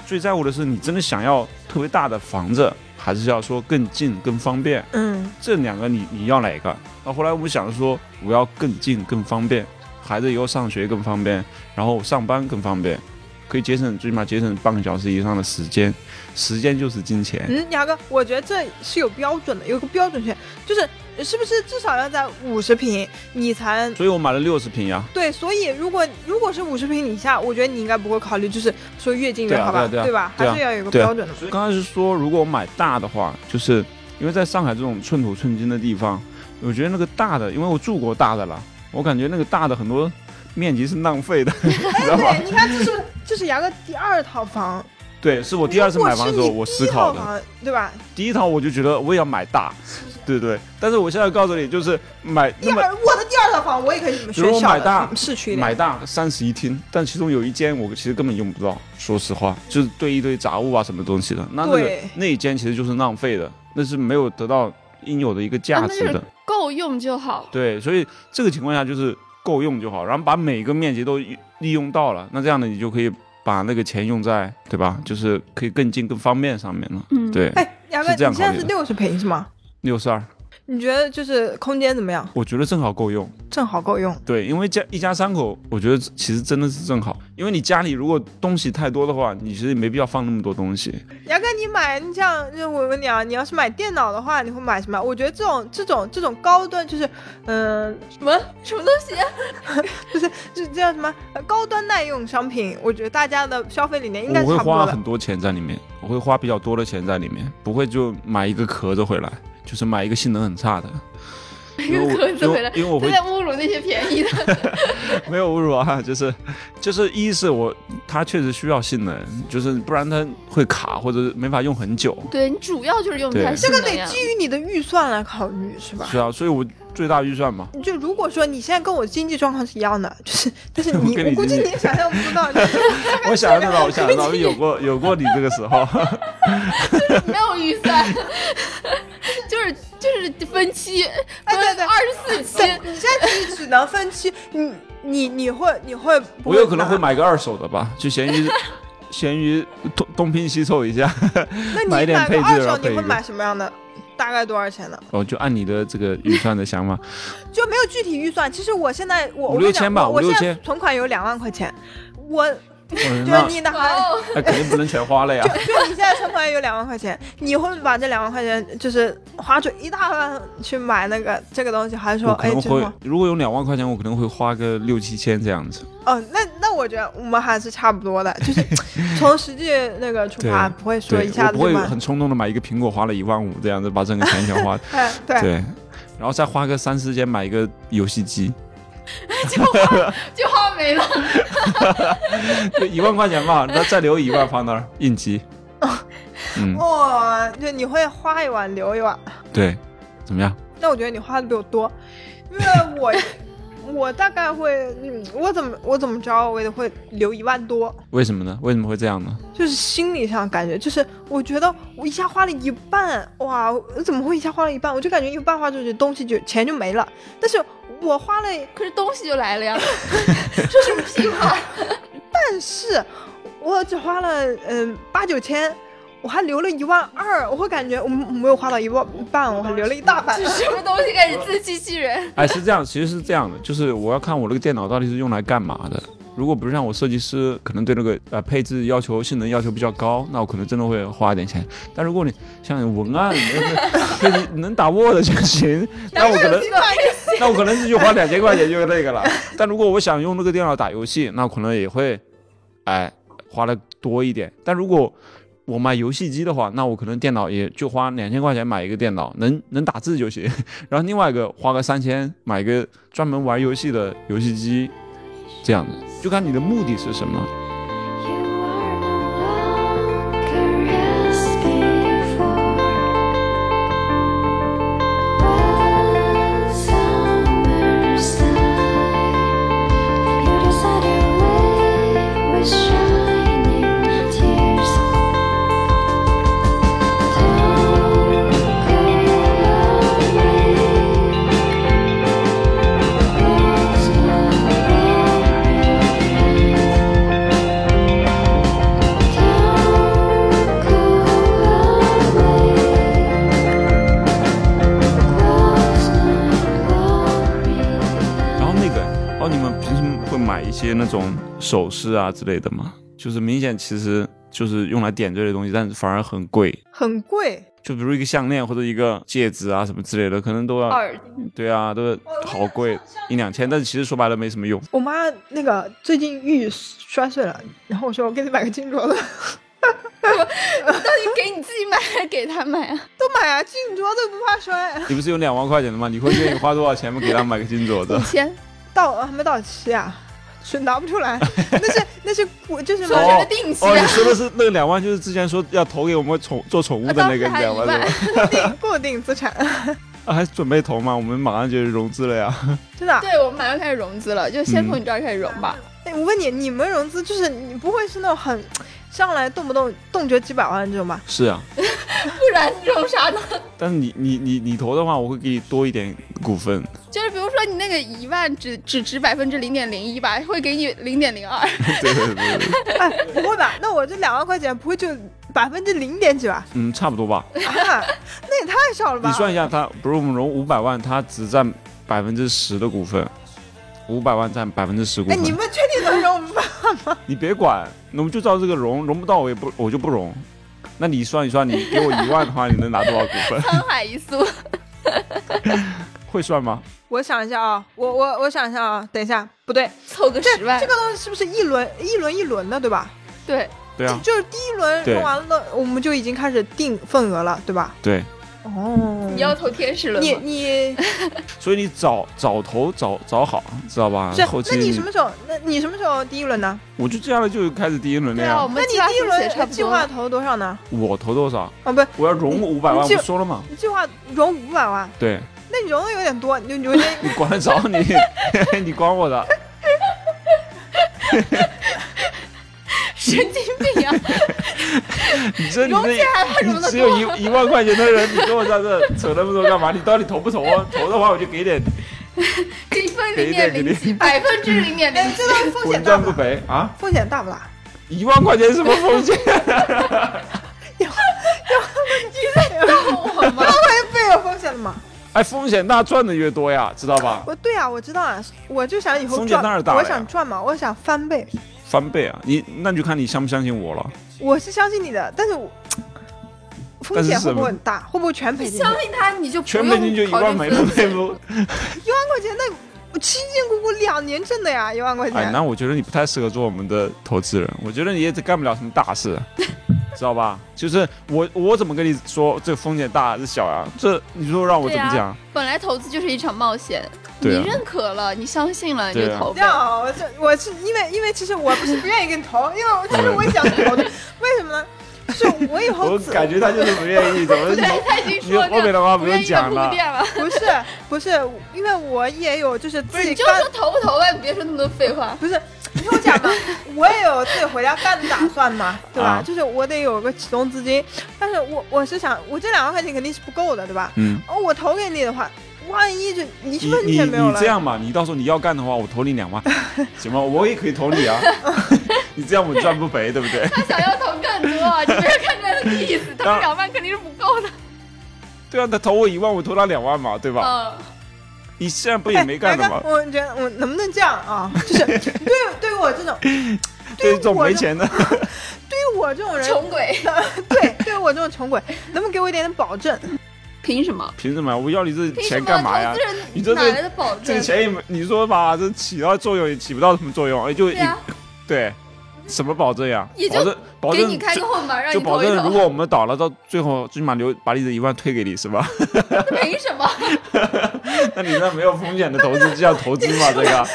最在乎的是你真的想要特别大的房子，还是要说更近更方便？嗯，这两个你你要哪一个？那后来我们想着说，我要更近更方便，孩子以后上学更方便，然后上班更方便，可以节省最起码节省半个小时以上的时间，时间就是金钱。嗯，牙哥，我觉得这是有标准的，有个标准线，就是是不是至少要在五十平你才所以我买了六十平呀，对？所以如果如果是五十平以下，我觉得你应该不会考虑，就是说越近越对啊好吧，对啊对啊吧？对啊还是要有个对啊标准的。刚开始说如果我买大的话，就是因为在上海这种寸土寸金的地方，我觉得那个大的，因为我住过大的了，我感觉那个大的很多面积是浪费的， 你知道吧？ 对，你看这是这是牙哥第二套房，对，是我第二次买房的时候如我果是思你第一考套的。房，对吧？第一套我就觉得我也要买大，对对。但是我现在告诉你，就是买第那么二我的第二套房我也可以如选果小买的大嗯市区一点买大三室一厅，但其中有一间我其实根本用不到，说实话，就是堆一堆杂物啊什么东西的。那那个对那一间其实就是浪费的，那是没有得到应有的一个价值啊那的。就够用就好。对，所以这个情况下就是够用就好，然后把每个面积都利用到了，那这样呢，你就可以把那个钱用在对吧？就是可以更近更方便上面了。嗯，对，哎，牙哥，是这样你现考在虑是的六十平是吗？六十二，你觉得就是空间怎么样？我觉得正好够用。正好够用。对，因为家一家三口，我觉得其实真的是正好。因为你家里如果东西太多的话，你其实也没必要放那么多东西。牙哥，你买你这样，就我问你啊，你要是买电脑的话，你会买什么？我觉得这种这种这种高端就是，嗯、什么什么东西？啊就是这叫什么呃高端耐用商品，我觉得大家的消费理念应该我是会差不花多的很。多钱在里面，我会花比较多的钱在里面，不会就买一个壳子回来，就是买一个性能很差的。因为我鸽子因回为来，因为我都会在侮辱那些便宜的。 没有侮辱啊，就是就是一是我它确实需要性能，就是不然它会卡或者没法用很久。对你主要就是用它对性这个能得呀。基于你的预算来考虑，是吧是？啊，所以我最大预算嘛，就如果说你现在跟我经济状况是一样的，就是，但是我你，跟我你估计经你济也想象不到，就是我想得到，我想得到，有过有过你这个时候，没有预算， 就是就是分期哎对分对二十四对期，你现在只只能分期，你你你会你会不我会有可能会拿，买个二手的 吧，去闲鱼闲鱼东东拼西凑一 下，那你买一点买配个置二然手后你配一会个买什么样的？大概多少钱呢？哦，就按你的这个预算的想法，就没有具体预算。其实我现在我五我跟你六讲千吧我五六我现在千存款有两万块钱，我哦就是那啊你的还哇哦，那肯定不能全花 了呀， 就你现在存款有两万块钱，你会把这两万块钱就是花出一大半去买那个这个东西，还是说我可哎能这个会如果有两万块钱，我可能会花个六七千这样子，哦，那那我觉得我们还是差不多的，就是 从实际那个出发，对啊啊不会说对一，下我子不就会买。很冲动的买一个苹果花了一万五这样子把整个钱全 花，哎，对，对，然后再花个三四千买一个游戏机，就花就花没了。就一万块钱吧，那再留一万放那儿应 急，嗯，哇、就哦你会花一碗留一碗，对，怎么样？但我觉得你花的比我多，因为我我 大概会，嗯，我怎么我怎么着，我也会留一万多，为什么呢？为什么会这样呢？就是心理上感觉，就是我觉得我一下花了一半，哇，我怎么会一下花了一半？我就感觉一半花出去，东西就钱就没了，但是我花了。可是东西就来 了呀，这是屁话。但是我只花了嗯八九千，我还留了一万二，我会感觉我没有花到一万半，我还留了一大半 这。什么东西开始自欺欺人？哎，是这样，其实是这样的，就是我要看我这个电脑到底是用来干嘛的。如果不是像我设计师，可能对那个呃配置要求、性能要求比较高，那我可能真的会花一点钱。但如果你像文案， 那那你能打 Word 就行， 那我可能 那我可能是就花两千块钱就那个了。 但如果我想用那个电脑打游戏，那我可能也会，哎，花的多一点。但如果我买游戏机的话，那我可能电脑也就花两千块钱买一个电脑，能能打字就行。 然后另外一个花个三千买个专门玩游戏的游戏机，这样的，就看你的目的是什么。 You are no longer as before. One summer's night, you decided to with shining tears. Don't go away. Thank 然后那个，哦，你们平时会买一些那种首饰啊之类的吗？就是明显其实就是用来点缀的东西，但是反而很贵。很贵，就比如一个项链或者一个戒指啊什么之类的，可能都要耳对啊，都要好贵，一两千。但是其实说白了没什么用。我妈那个最近玉摔碎了，然后我说我给你买个金镯子， 到底给你自己买还是给他买 啊？都买啊，金镯子不怕摔。你不是有两万块钱的吗？你会愿意花多少钱吗？给他买个金镯 子五？千，到还没到期啊，是拿不出来， 那是那是我就是说哦成了定期哦，你啊。说的是那两万，就是之前说要投给我们宠做宠物的当那时个，你还知有道一 吗？万，定固定资产， 啊，还准备投吗？我们马上就融资了 呀。真的啊。对我们马上开始融资了，就先从你这儿开始融吧。嗯哎，我问你，你们融资就是你不会是那种很上来动不动动辄几百万这种吧？是啊，不然融啥呢？但是你你你你投的话，我会给你多一点股份。 就是比如说你那个一万只只值百分之零点零一吧，会给你零点零二，对对对对，哎，不会吧？那我这两万块钱不会就百分之零点几吧？嗯，差不多吧。啊，那也太少了吧？你算一下，他不是我们融五百万，他只占百分之十的股份，五百万占百分之十股哎，份。你们确定能融我们吧？你别管，我们就照这个融，融不到我也不我就不融。那你算一算，你给我一万的话，你能拿多少股份？ 沧海一粟。会算吗？ 我想一下啊，我我我想一下啊，等一下，不对，凑个这十 万这，个东西是不是一轮一轮一轮的，对吧？对，对啊，就就是第一轮对用完了，我们就已经开始定份额了，对吧？对，哦，你要投天使轮你吗？你所以你早早投早早好，知道吧是？啊后那期你什么时候？那你什么时候第一轮呢？我就接下来就开始第一轮了对啊，我呀。们那计划你第一书写得差轮不计多划了。投多少呢？我投多少？啊，不，我要融五百万，你就不说了吗？你计划融五百万，对，那你融的有点多，你就 有点你管得着 你？你管我的？神经 病啊！你这你融起这来还融你得只有多一一万块钱的人，你跟我在这扯那么多干嘛？你到底投不投啊？投的话我就给点这分给零一点给点零几，百分之零点零哎，几。这个风稳险大赚不不大？赔啊！风险大 不大？一万块钱什么风险？那万一被有风险了嘛？哎，风险大赚的越多呀，知道吧？我对啊，我知道啊，我就想以后风险赚当然，大了我呀想赚嘛，我想翻倍。翻倍啊！你那你就看你相不相信我了。我是相信你的，但是我风但是险什会么不会很大？会不会全赔你 进去？一万相信他，你就不全北京就一用考万虑没分了析呗不？块钱，那我辛辛苦苦两年挣的呀，一万块哎，钱。那我觉得你不太适合做我们的投资人，我觉得你也干不了什么大事，知道吧？ 就是我我怎么跟你说这风险大还是小呀、这你说让我怎么对讲？啊本来投资就是一场冒险，你对啊认可了，你相信了，你对啊就投呗。这样啊，我这我是因为因为其实我不是不愿意跟你投，因为我其实我也想投的，为什么呢？就是我以后 我自感觉他就是不愿意，怎么啊对，他已经你说后面了，的话不用愿意的讲铺了。垫了。 不是不是，因为我也有就是自己你就干说投不投呗，你别说那么多废话。不是，你听我讲嘛，我也有自己回家干的打算 嘛，对吧？啊就是我得有个启动资金，但是我我是想，我这两万块钱肯定是不够的，对吧？嗯，哦，我投给你的话，万一就一你分你钱没有你了，这样吧，你到时候你要干的话，我投你两万，行吗？我也可以投你 啊，你这样我赚不赔，对不对？他想要投 更多，你别看他的意思，当他然两万肯定是不够 的。对啊，他投我一万，我投他两万嘛，对吧？嗯，你现在不哎也没干什大么哥？我觉得我能不能这样啊？就是 对于对于我这种，对 对于这种我没这种，钱的，对于我这种人，穷鬼，对对于我这种穷鬼，能不能给我一点点保证？凭什么？凭什么呀？我要你这凭什钱么干嘛呀投资？人你这哪这来的保证？这个钱也没，你说吧，这起到作用也起不到什么作用，也哎就一对啊，对，什么保证呀也？就保证保给证你开个就后门，让就你保投一证，如投，果我们倒了，到最后最起码留把你的一万退给你是 吧？凭什么？那你那没有风险的投资就叫投资 嘛？这个，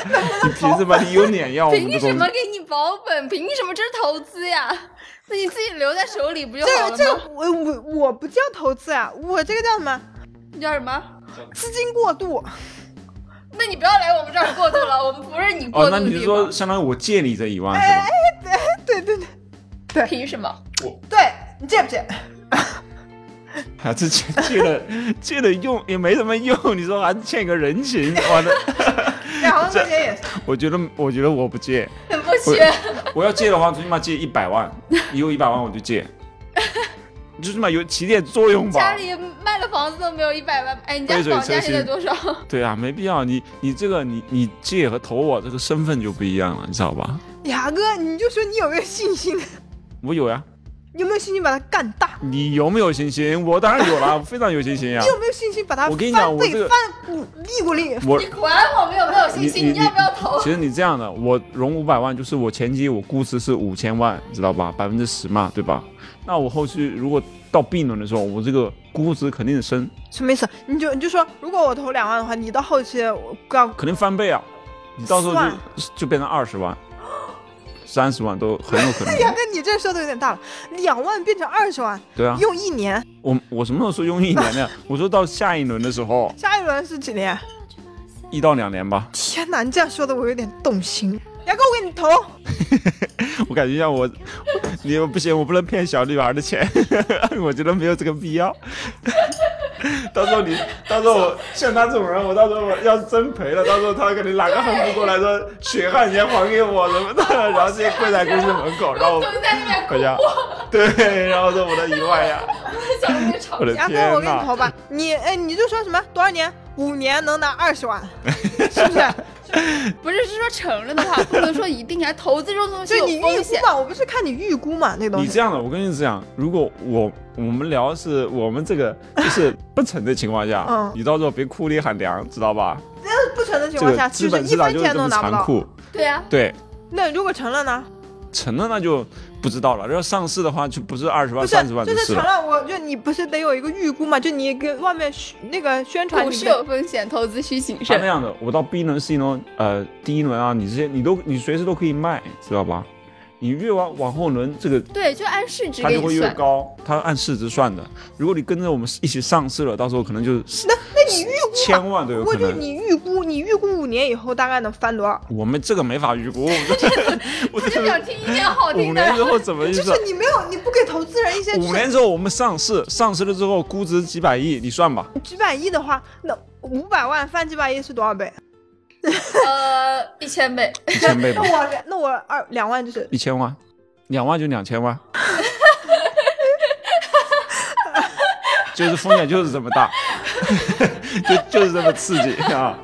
你凭什么？你有脸要我们啊凭的什东么西？给你保本？凭什么这是投资呀？ 那你自己留在手里不就好了这个吗？这个我我我不叫投资啊，我这个叫什么？你叫什么？资金过度。那你不要来我们这儿过度 了，我们不是你过哦，度那的你是地说方。相当于我借你这一哎万是吧？对对对凭什么？对，你借不借？还是借借了借了用也没什么用，你说还欠个人情，完了，两万块钱也是。我觉得我觉得我不借，不缺，我要借的话，最起码借一百万，你有一百万我就借，最起码有起点作用家吧。里卖了房子都没有一百万。哎，你家杯水房价车现在薪多少？对啊，没必要，你你这个你你借和投我这个身份就不一样了，你知道吧？牙哥，你就说你有没有信心？我有呀，有没有信心把它干大？你你有没有信心？我当然有啦，我非常有信心呀。有没有信心把它嗯我跟翻倍你讲我这个翻股利股利？我你管我们有没啊有信心？你要不要投？其实你这样的，我融五百万，就是我前期我估值是五千万，知道吧？百分之十嘛，对吧？那我后期如果到 B 轮的时候，我这个估值肯定是升，什么意思？你就你就说，如果我投两万的话，你到后期我要肯定翻倍啊！你到时候算。就就变成二十万、三十万都很有可 哎能牙哥，你这说的有点大了，两万变成二十万，对啊，用一年，我我什么时候说用一年呢？我说到下一轮的时候，下一轮是几年？一到两年吧。天哪，你这样说的我有点动心。牙哥，我给你投， 我感觉像我，你不行，我不能骗小女孩的钱， 我觉得没有这个必要。 到时候你，到时候我像他这种人，我到时候我要是真赔了，到时候他肯定哪个横幅过来说血汗钱还给我什么的， 然后直接跪在公司门口，然后我蹲在那边回家，对，然后说我的一万呀，跟小妹吵我的牙哥，天我给你哪！投吧。你哎，你就说什么多少年？五年能拿二 十万，是不是？不是，是说承认的话，不能说一定啊。投资这种东西就有你预风估险，嘛，我不是看你预估嘛，那东你西。这样的，我跟你讲，如果我我们聊是我们这个就是不成的情况下，嗯你到时候别哭里喊凉，知道吧？不成的情这况个下，资其实本一市场分就是钱这都么拿不残到。酷，对啊，对。那如果成了呢？成了那就不知道了。要上市的话，就不是二十不万、是三十，万就是是了常。乐，我就你不是得有一个预估嘛？就你跟外面宣那个宣传，股你市的有风险，投资需谨啊他那慎。样的，我到 B 轮、C 轮，呃，第一轮啊，你这些你都你随时都可以卖，知道吧？你越往往后轮，这个对，就按市值它给就会你越算。高，它按市值算的。如果你跟着我们一起上市了，到时候可能就是那那你预估嘛千万都有我可就能。你预估，你预估五年以后大概能翻多少？我们这个没法预 估，我这我我就这想听一件好五听年之的。后怎么预就算是？你没有，你不给投资人一些五年之后我们上市，上市了之后估值几百亿，你算吧。几百亿的话，那五百万翻几百亿是多少倍？呃，一千倍，一千倍 那吧，我那我二两万就是一千万，两万就两千万，就是风险就是这么大， 就就是这么刺激啊！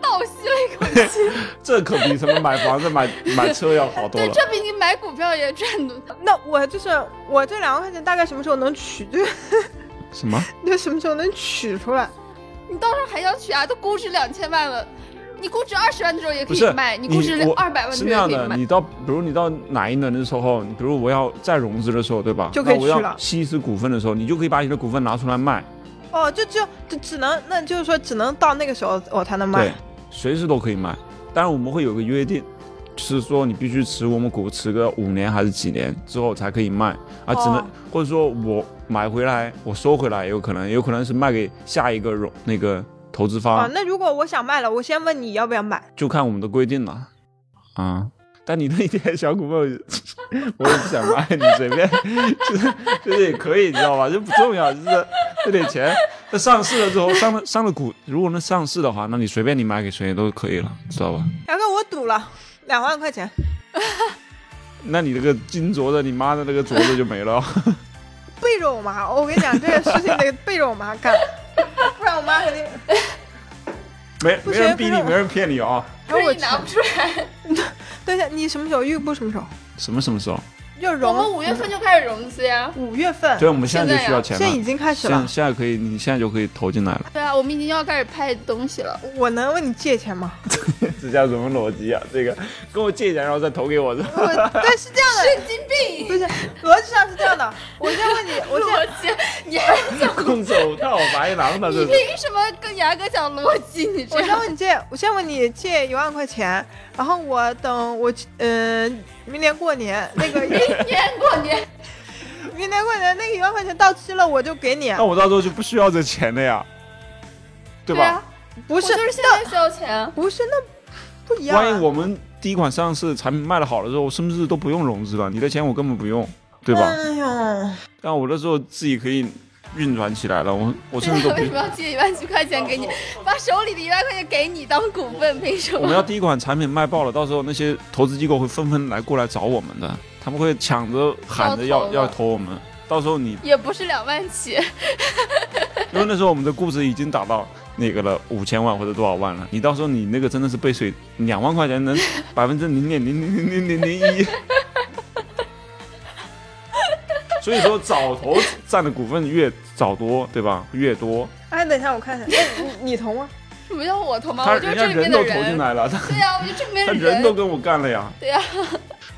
倒吸了一口气。这可比什么买房子、买买车要好多对，了。这比你买股票也赚多。那我就是我这两万块钱大概什么时候能取？就是什么？ 就什么时候能取出来？你到时候还想取啊？都估值两千万了，你估值二十万的时候也可不以是卖，你你估值我二百万的时是候那样也可以的。卖。你到比如你到哪一轮的时候，比如我要再融资的时候，对吧？就可以那我去了要稀释股份的时候，你就可以把你的股份拿出来卖，哦，就就就只能，那就是说只能到那个时候我才能卖啊对。，随时都可以卖。当然我们会有个约定，就是说你必须持我们股持个五年还是几年之后才可以卖啊，只能、哦或者说我买回来我收回来也有可能，也有可能是卖给下一个融那个投资方，啊，那如果我想卖了，我先问你要不要买？就看我们的规定了啊。但你那一点小 股份，我也不想卖，你随 便，就是就是也可以，你知道吧？就不重要，就是这点钱。那上市了之后，上了上了股，如果能上市的话，那你随便你买给谁都可以了，知道吧？然后我赌了两万块钱，那你那个金镯子，你妈的那个镯子就没 了。背着我妈，我跟你讲这个事情得背着我妈 干，不然我妈肯定。没不没是人逼不你，是没人骗你啊！可然是后我你拿不出 来。等一下，你什么时候预估什么时候？什么什么时候？就我融们五月份就开始融资呀。五月份，对，我们现在就需要钱现了在。已经开始现在了。现在可以，你现在就可以投进来 了。对啊，我们已经要开始拍东西了。我能问你借钱吗？这叫什么逻辑啊？这个跟我借钱，然后再投给 我，是吧？我对是这样的，神经病，不是逻辑上是这样的。我先问你，我逻先辑，你还讲？空手套白狼 的，你这是凭什么跟牙哥讲逻辑？你这 我先样问你借，我先问你借一万块钱，然后我等我嗯、明年过年那 个年过年，明年过年那个一万块钱到期了，我就给你。那我到时候就不需要这钱了呀，对对吧啊？，不我是就是现在需要钱啊。不是那不一样啊、万一我们第一款上市产品卖的好了之后，甚至都不用融资了，你的钱我根本不用，对吧？哎呦，但我那时候自己可以运转起来了，我我甚至都不哦 为什么要借一万块钱给你？把手里的一万块钱给你当股份，凭什我们要么？第一款产品卖爆了，到时候那些投资机构会纷纷来过来找我们的，他们会抢着喊着要要投要了投我们。到时候你，也不是两万起，因为那时候我们的估值已经达到那个了五千万或者多少万了，你到时候你那个真的是被 水两万块钱能百分之零点零零零零零 零一。所以说早投占的股份越早多，对吧？越多，哎，等一下，我看 一下，哎你你投吗？不用我投吗？他我就是人家这里人面都的投进人。来了，他对呀，我就这里面他的人都跟我干了呀。对呀，啊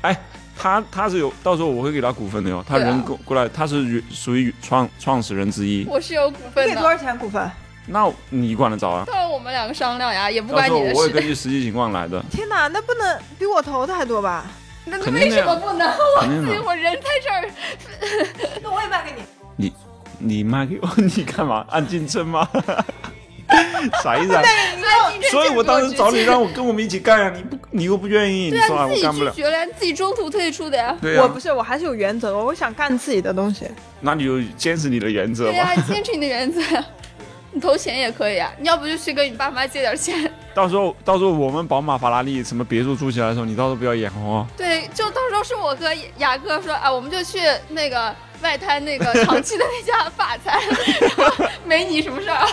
哎，他他是有，到时候我会给他股份的哟。他对啊人过过来，他是原属于创创始人之一，我是有股你份给多的。少钱股份？那你管得着啊？到时候我们两个商量呀，也不到关时候你的我也事。根据实际情况 来的，天哪，那不能比我投的还多吧？那肯定为的什呀么不能？肯定对的。我人在这儿，哎那我也卖给你。你卖给我， 你干嘛？按竞争吗？ 啥意思啊？对你这所以这我给当时之找你前让我跟我们一起干呀、你不你又不愿意，你对说啊，啊你我自己干不拒了。绝了呀，你自己中途退出 的呀。对啊呀、我不是，我还是有原则的，我想干自己的东西。那你就坚持你的原则对吧。呀，坚持你的原则呀。你投钱也可以啊，你要不就去跟你爸妈借点钱。到时候到时候我们宝马、法拉利什么别墅住起来的时候，你到时候不要眼红哦。对，就到时候是我和雅哥说啊，我们就去那个外滩那个长期的那家法餐， 然后没你什么事儿啊。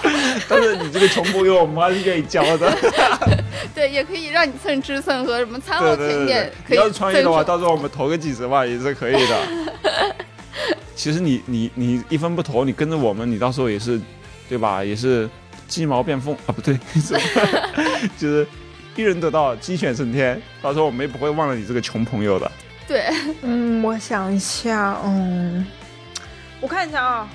但是你这个穷朋友，我们还是愿意交 的。对，也可以让你蹭吃蹭喝，什么餐对后对甜对点对，你哦可以要赠是创业的话，送。到时候我们投个几十万也是可以的。 其实你你你一分不投，你跟着我们，你到时候也 是，对吧？也是鸡毛变凤啊，不对，是就是一人得道，鸡犬升天。到时候我们也不会忘了你这个穷朋友的。对，嗯，我想一下，嗯，我看一下啊，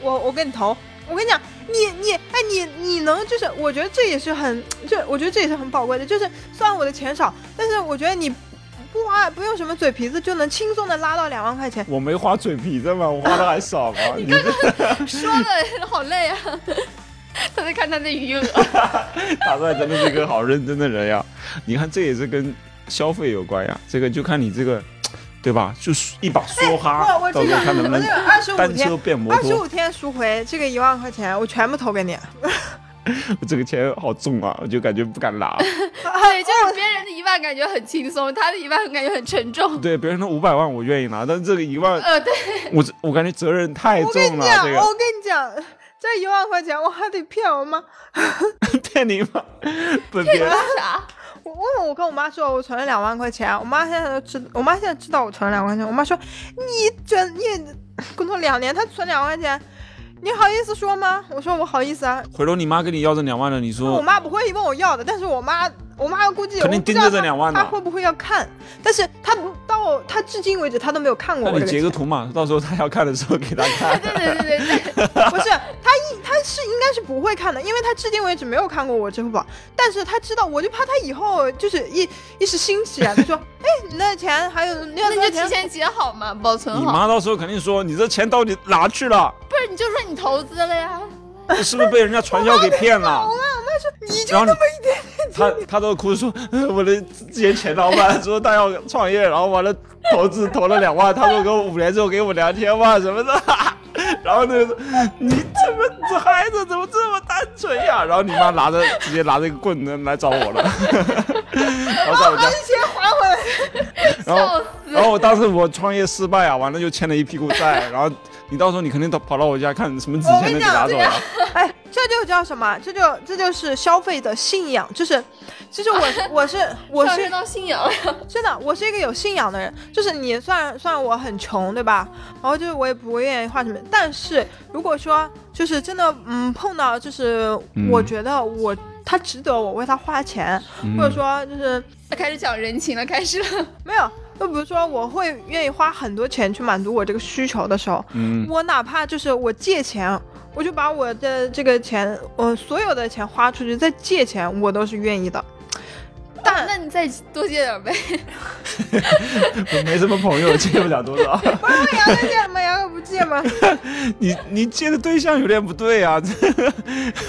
我我给你投，我跟你讲，你你哎你你能就是，我觉得这也是很，就我觉得这也是很宝贵的，就是虽然我的钱少，但是我觉得你不花不用什么嘴皮子就能轻松的拉到两万块钱，我没花嘴皮子嘛，我花的还少 嘛。你这说的好累啊。 他在看他的 哎余额，打算真的是一个好认真的人呀。 你看，这也是跟消费有关呀。这个就看你这个，对吧？就是一把梭哎我哈，我到这时个候啊看能不我能这个二十五单天车。变摩二十托。五天赎回这个一万块钱，我全部投给你。 这个钱好重啊，我就感觉不敢拿。 对，就是别人的一万感觉很轻松，他的一万感觉很沉 重。对，别人的五百万我愿意拿，但是这个一万，呃，对，我我感觉责任太我跟重你了。讲，这我个跟你讲，这一万块钱我还得骗我妈。 骗你吗？被别人啥？我我我跟我妈说，我存了两万块钱，我妈现在都知，我妈现在知道我存了两万块钱，我妈说你整你工作两年，她存两万块钱，你好意思说吗？我说我好意思啊，回头你妈跟你要这两万了，你我说妈不会问我要的，但是我妈我妈估计肯定我不知盯着道这她两万呢她会不会要看？但是她到我她至今为止她都没有看过那我你这截钱个图嘛，到时候她要看的时候给她看。对对对对对， 不是她一她是应该是不会看的，因为她至今为止没有看过我支付宝，但是她知道，我就怕她以后就是一一时兴起啊，她说哎你那钱还有那那多 少你钱就提前结好嘛，保存你好。妈到时候肯定说你这钱到底哪去了？不是，你就说你投资了呀。是不是被人家传销给骗了？你就 然后你他他都哭说，呃我的之前前老板说他要创业，然后完了投资投了两万，他说给我五年之后给我两千万什么的， 然后那个你怎么这孩子怎么这么单纯呀？然后你妈拿着直接拿着一个棍子来找我了， 然后在我家，钱还回来。然后然后我当时我创业失败啊，完了就欠了一屁股债，然后你到时候你肯定到跑到我家看什么值钱的给拿走了，哎，这就叫什么？这就这就是消费的信仰，就是，其实我是我是我上是升到信仰了，真的，我是一个有信仰的人。就是你虽然虽然我很穷，对吧？然后就是我也不愿意花什么，但是如果说就是真的，嗯，碰到就是嗯我觉得我、他值得我为他花钱，嗯 或者说就是他开始讲人情了，开始 了。没有，就比如说我会愿意花很多钱去满足我这个需求的时候，嗯，我哪怕就是我借钱，我就把我的这个钱，呃，所有的钱花出去，再借钱，我都是愿 意的。但那你再多借点 呗。我 没什么朋友，借不了多 少。不杨哥借吗？杨哥不借吗？你你借的对象有点不对啊，这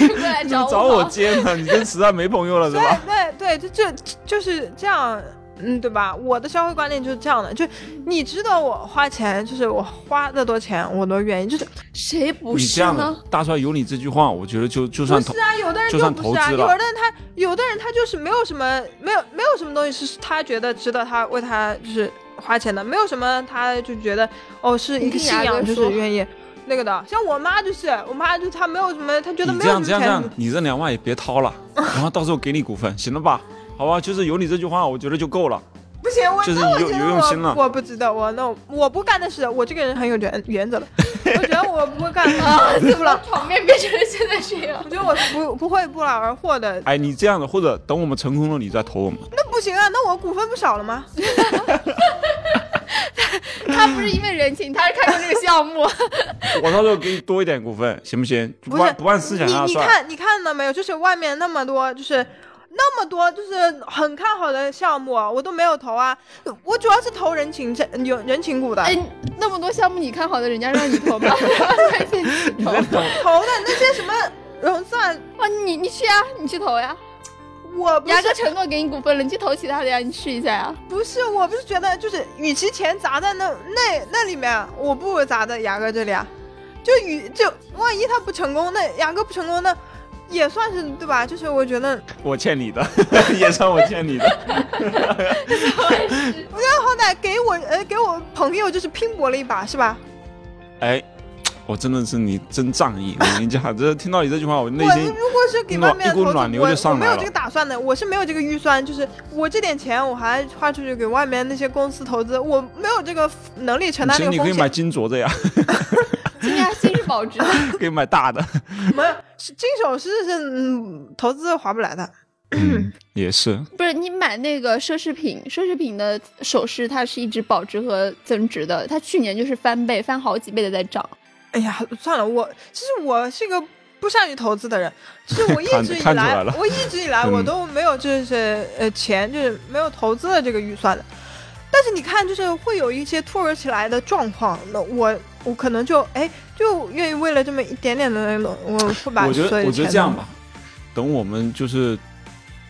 过来你 找找我借呢？你这实在没朋友了是 吧？ 对对，就就就是这样，嗯，对吧？我的消费观念就是这样的，就你知道我花钱，就是我花再多钱我都愿意，就是谁不你是这样的呢？大帅有你这句话，我觉得就就不算是啊，有的人就就算不是啊，投有资了的人他有的人他就是没有什么没有没有什么东西是他觉得值得他为他就是花钱的，没有什么他就觉得哦是一个信仰就是愿意那个的。像我妈就是，我妈就她没有什么，她觉得你没这样有这什么样这钱样，，你这两万也别掏 了，然后到时候给你股份，行了吧？好吧，就是有你这句话，我觉得就够了。不行，我就是那我有觉得有用心了我我不知道，我那我我不干的事，我这个人很有原原则的，我觉得我不 会干， 啊，我怎不么劳场面变成现在啊这 样？我觉得我不不会不劳而获的，哎，你这样的，或者等我们成功了，你再投 我们。那不行啊！那我股份不少了吗？他不是因为人情，他是看中这个项目。我到时候给你多一点股份，行不行？不按是不按思想你下你算。看你看到没有？就是外面那么多，就是那么多，就是很看好的项目，我都没有投啊。我主要是投人情这有人情股的，哎，那么多项目你看好的，人家让你投 吗？关键你投 投的那些什么融资啊，啊，你你去啊，你去投呀。我不牙哥是承诺给你股份了，你去投其他的呀，你试一下呀。不是我不是觉得就是，与其钱砸在那那那里面，啊我不如砸在牙哥这里啊。就与就万一他不成功，那牙哥不成功，那也算是对吧？就是我觉得我欠你的， 也算我欠你的。好歹给我呃给我朋友就是拼搏了一把是吧？哎，我真的是你真仗义，我跟你讲，这听到你这句话，我内我心如果是给外面一的股投资，暖流就我上我来没了有这个打算的，我是没有这个预算，就是我这点钱我还花出去给外面那些公司投资，我没有这个能力承担其这实你个可以风买险。金镯子呀， 今天还心是保值 的，可以买大的。没有，是金手饰是嗯投资划不来的。嗯，也是，不是你买那个奢侈品，奢侈品的首饰它是一直保值和增值的，它去年就是翻倍，翻好几倍的在涨。哎呀，算了，我其实我是一个不善于投资的人，就是我一看直以看出来来了，我一直以来嗯我都没有就是呃钱，就是没有投资的这个预算的。但是你看，就是会有一些突如其来的状况，那我我可能就哎就愿意为了这么一点点的那种，我会把我觉所得有的我觉得钱这样都吧，等我们就是，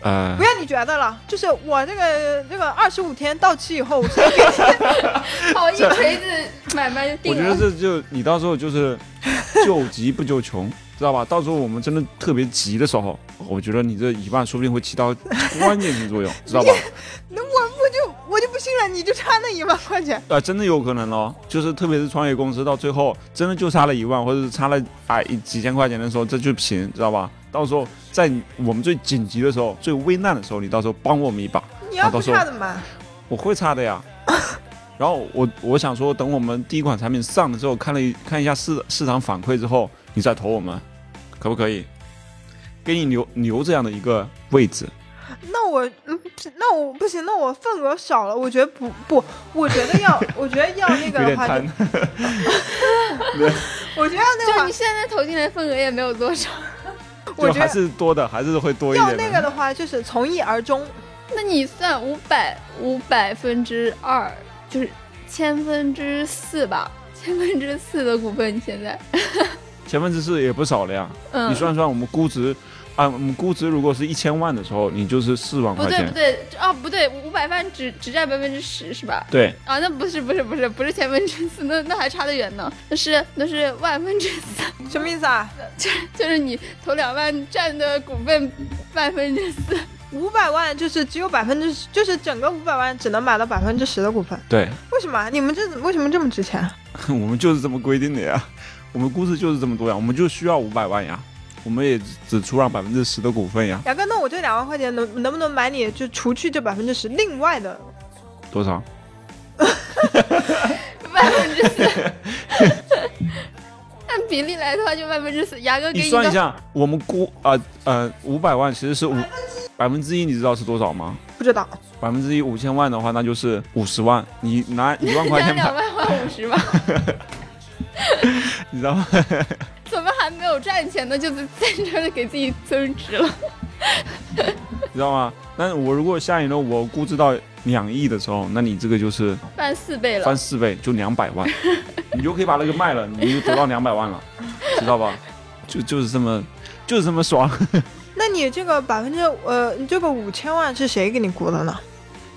呃不，要你觉得了，就是我这个这个二十五天到期以后，我先给你好，一锤子买卖就我定觉得了。这就你到时候就是 救急不救穷，知道吧？到时候我们真的特别急的时候，我觉得你这一万说不定会起到关键性作用，知道吧？ 那我我就我就不信了，你就差那一万块钱，啊，真的有可能咯，就是特别是创业公司到最后真的就差了一万，或者是差了啊一几千块钱的时候，这就平，知道吧？到时候在你我们最紧急的时候、最危难的时候，你到时候帮我们一把，你要啊不到时候差怎么办？我会差的呀。然后我我想说，等我们第一款产品上了之后，看了一看一下市市场反馈之后，你再投我们，可不可以？给你留留这样的一个位置，那我嗯，那我不行，那我份额少了，我觉得不不，我觉得要，我觉得要那有个的点话，贪就。我觉得要那就个你的现在投进来份额也没有多 少，话，我就觉还得是多的，还是会多一要点那个的话，就是从一而终。那你算五百五百分之二，就是千分之四吧，千分之四的股份你现在，千分之四也不少了呀。嗯，你算算我们估值，啊，我们估值如果是一千万的时候，你就是四万不块对不钱。对啊不对，五百万只只占百分之十是吧？对，啊，那不是不是不是不是千分之四，那那还差得远呢，那是那是万分之四，什么意思啊？ 就是你投两万占的股份万分之四，五百万就是只有百分之，就是整个五百万只能买到百分之十的股份，对，为什么啊？你们这为什么这么值钱啊？我们就是这么规定的呀， 我们估值就是这么多呀，我们就需要五百万呀，我们也只出让百分之十的股份呀，牙哥，那我这两万块钱能能不能买你就除去这百分之十另外的？多少？万分之四。 按比例来的话，就万分之四。牙哥给你个算一下，我们估啊呃五百万其实是五百分之一，你知道是多少吗？不知道，百分之一五千万的话，那就是五十万。你 拿一万块加钱两买，万换五十吧，你知道吗？怎么还没有赚钱呢？就在这儿给自己增值了。你知道吗？那我如果下一轮我估值到两亿的时候，那你这个就是翻四倍了翻。四倍，就两百 万，你就可以把那个卖了，你就得到两百万了，知道吧？就就是这么，就是这么爽。那你这个百分之呃，你这个五千万是谁给你估的呢？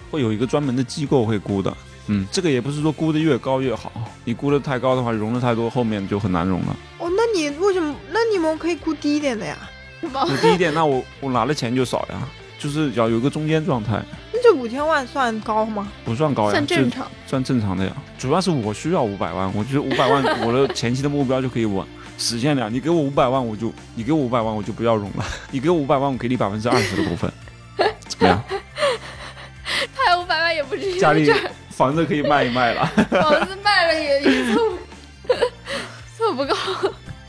会有一个专门的机构会估的，嗯，这个也不是说估的越高越好，你估的太高的话，融的太多，后面就很难融了。哦，那你为什么？那你们可以估低一点的呀？哦我第一点，那我我拿的钱就少呀，就是要有一个中间状态，那这五千万算高吗？不算高呀，算正就常，算正常的呀。主要是我需要五百万， 我觉得五百万我的前期的目标就可以我实现了。你给我五百万，我就你给我五百万，我就不要融了。 你给我五百万，我给你百分之二十的股 份，怎么样？他有五百万也不至于家里这儿房子可以卖一卖了， 房子卖了也也 凑凑不够。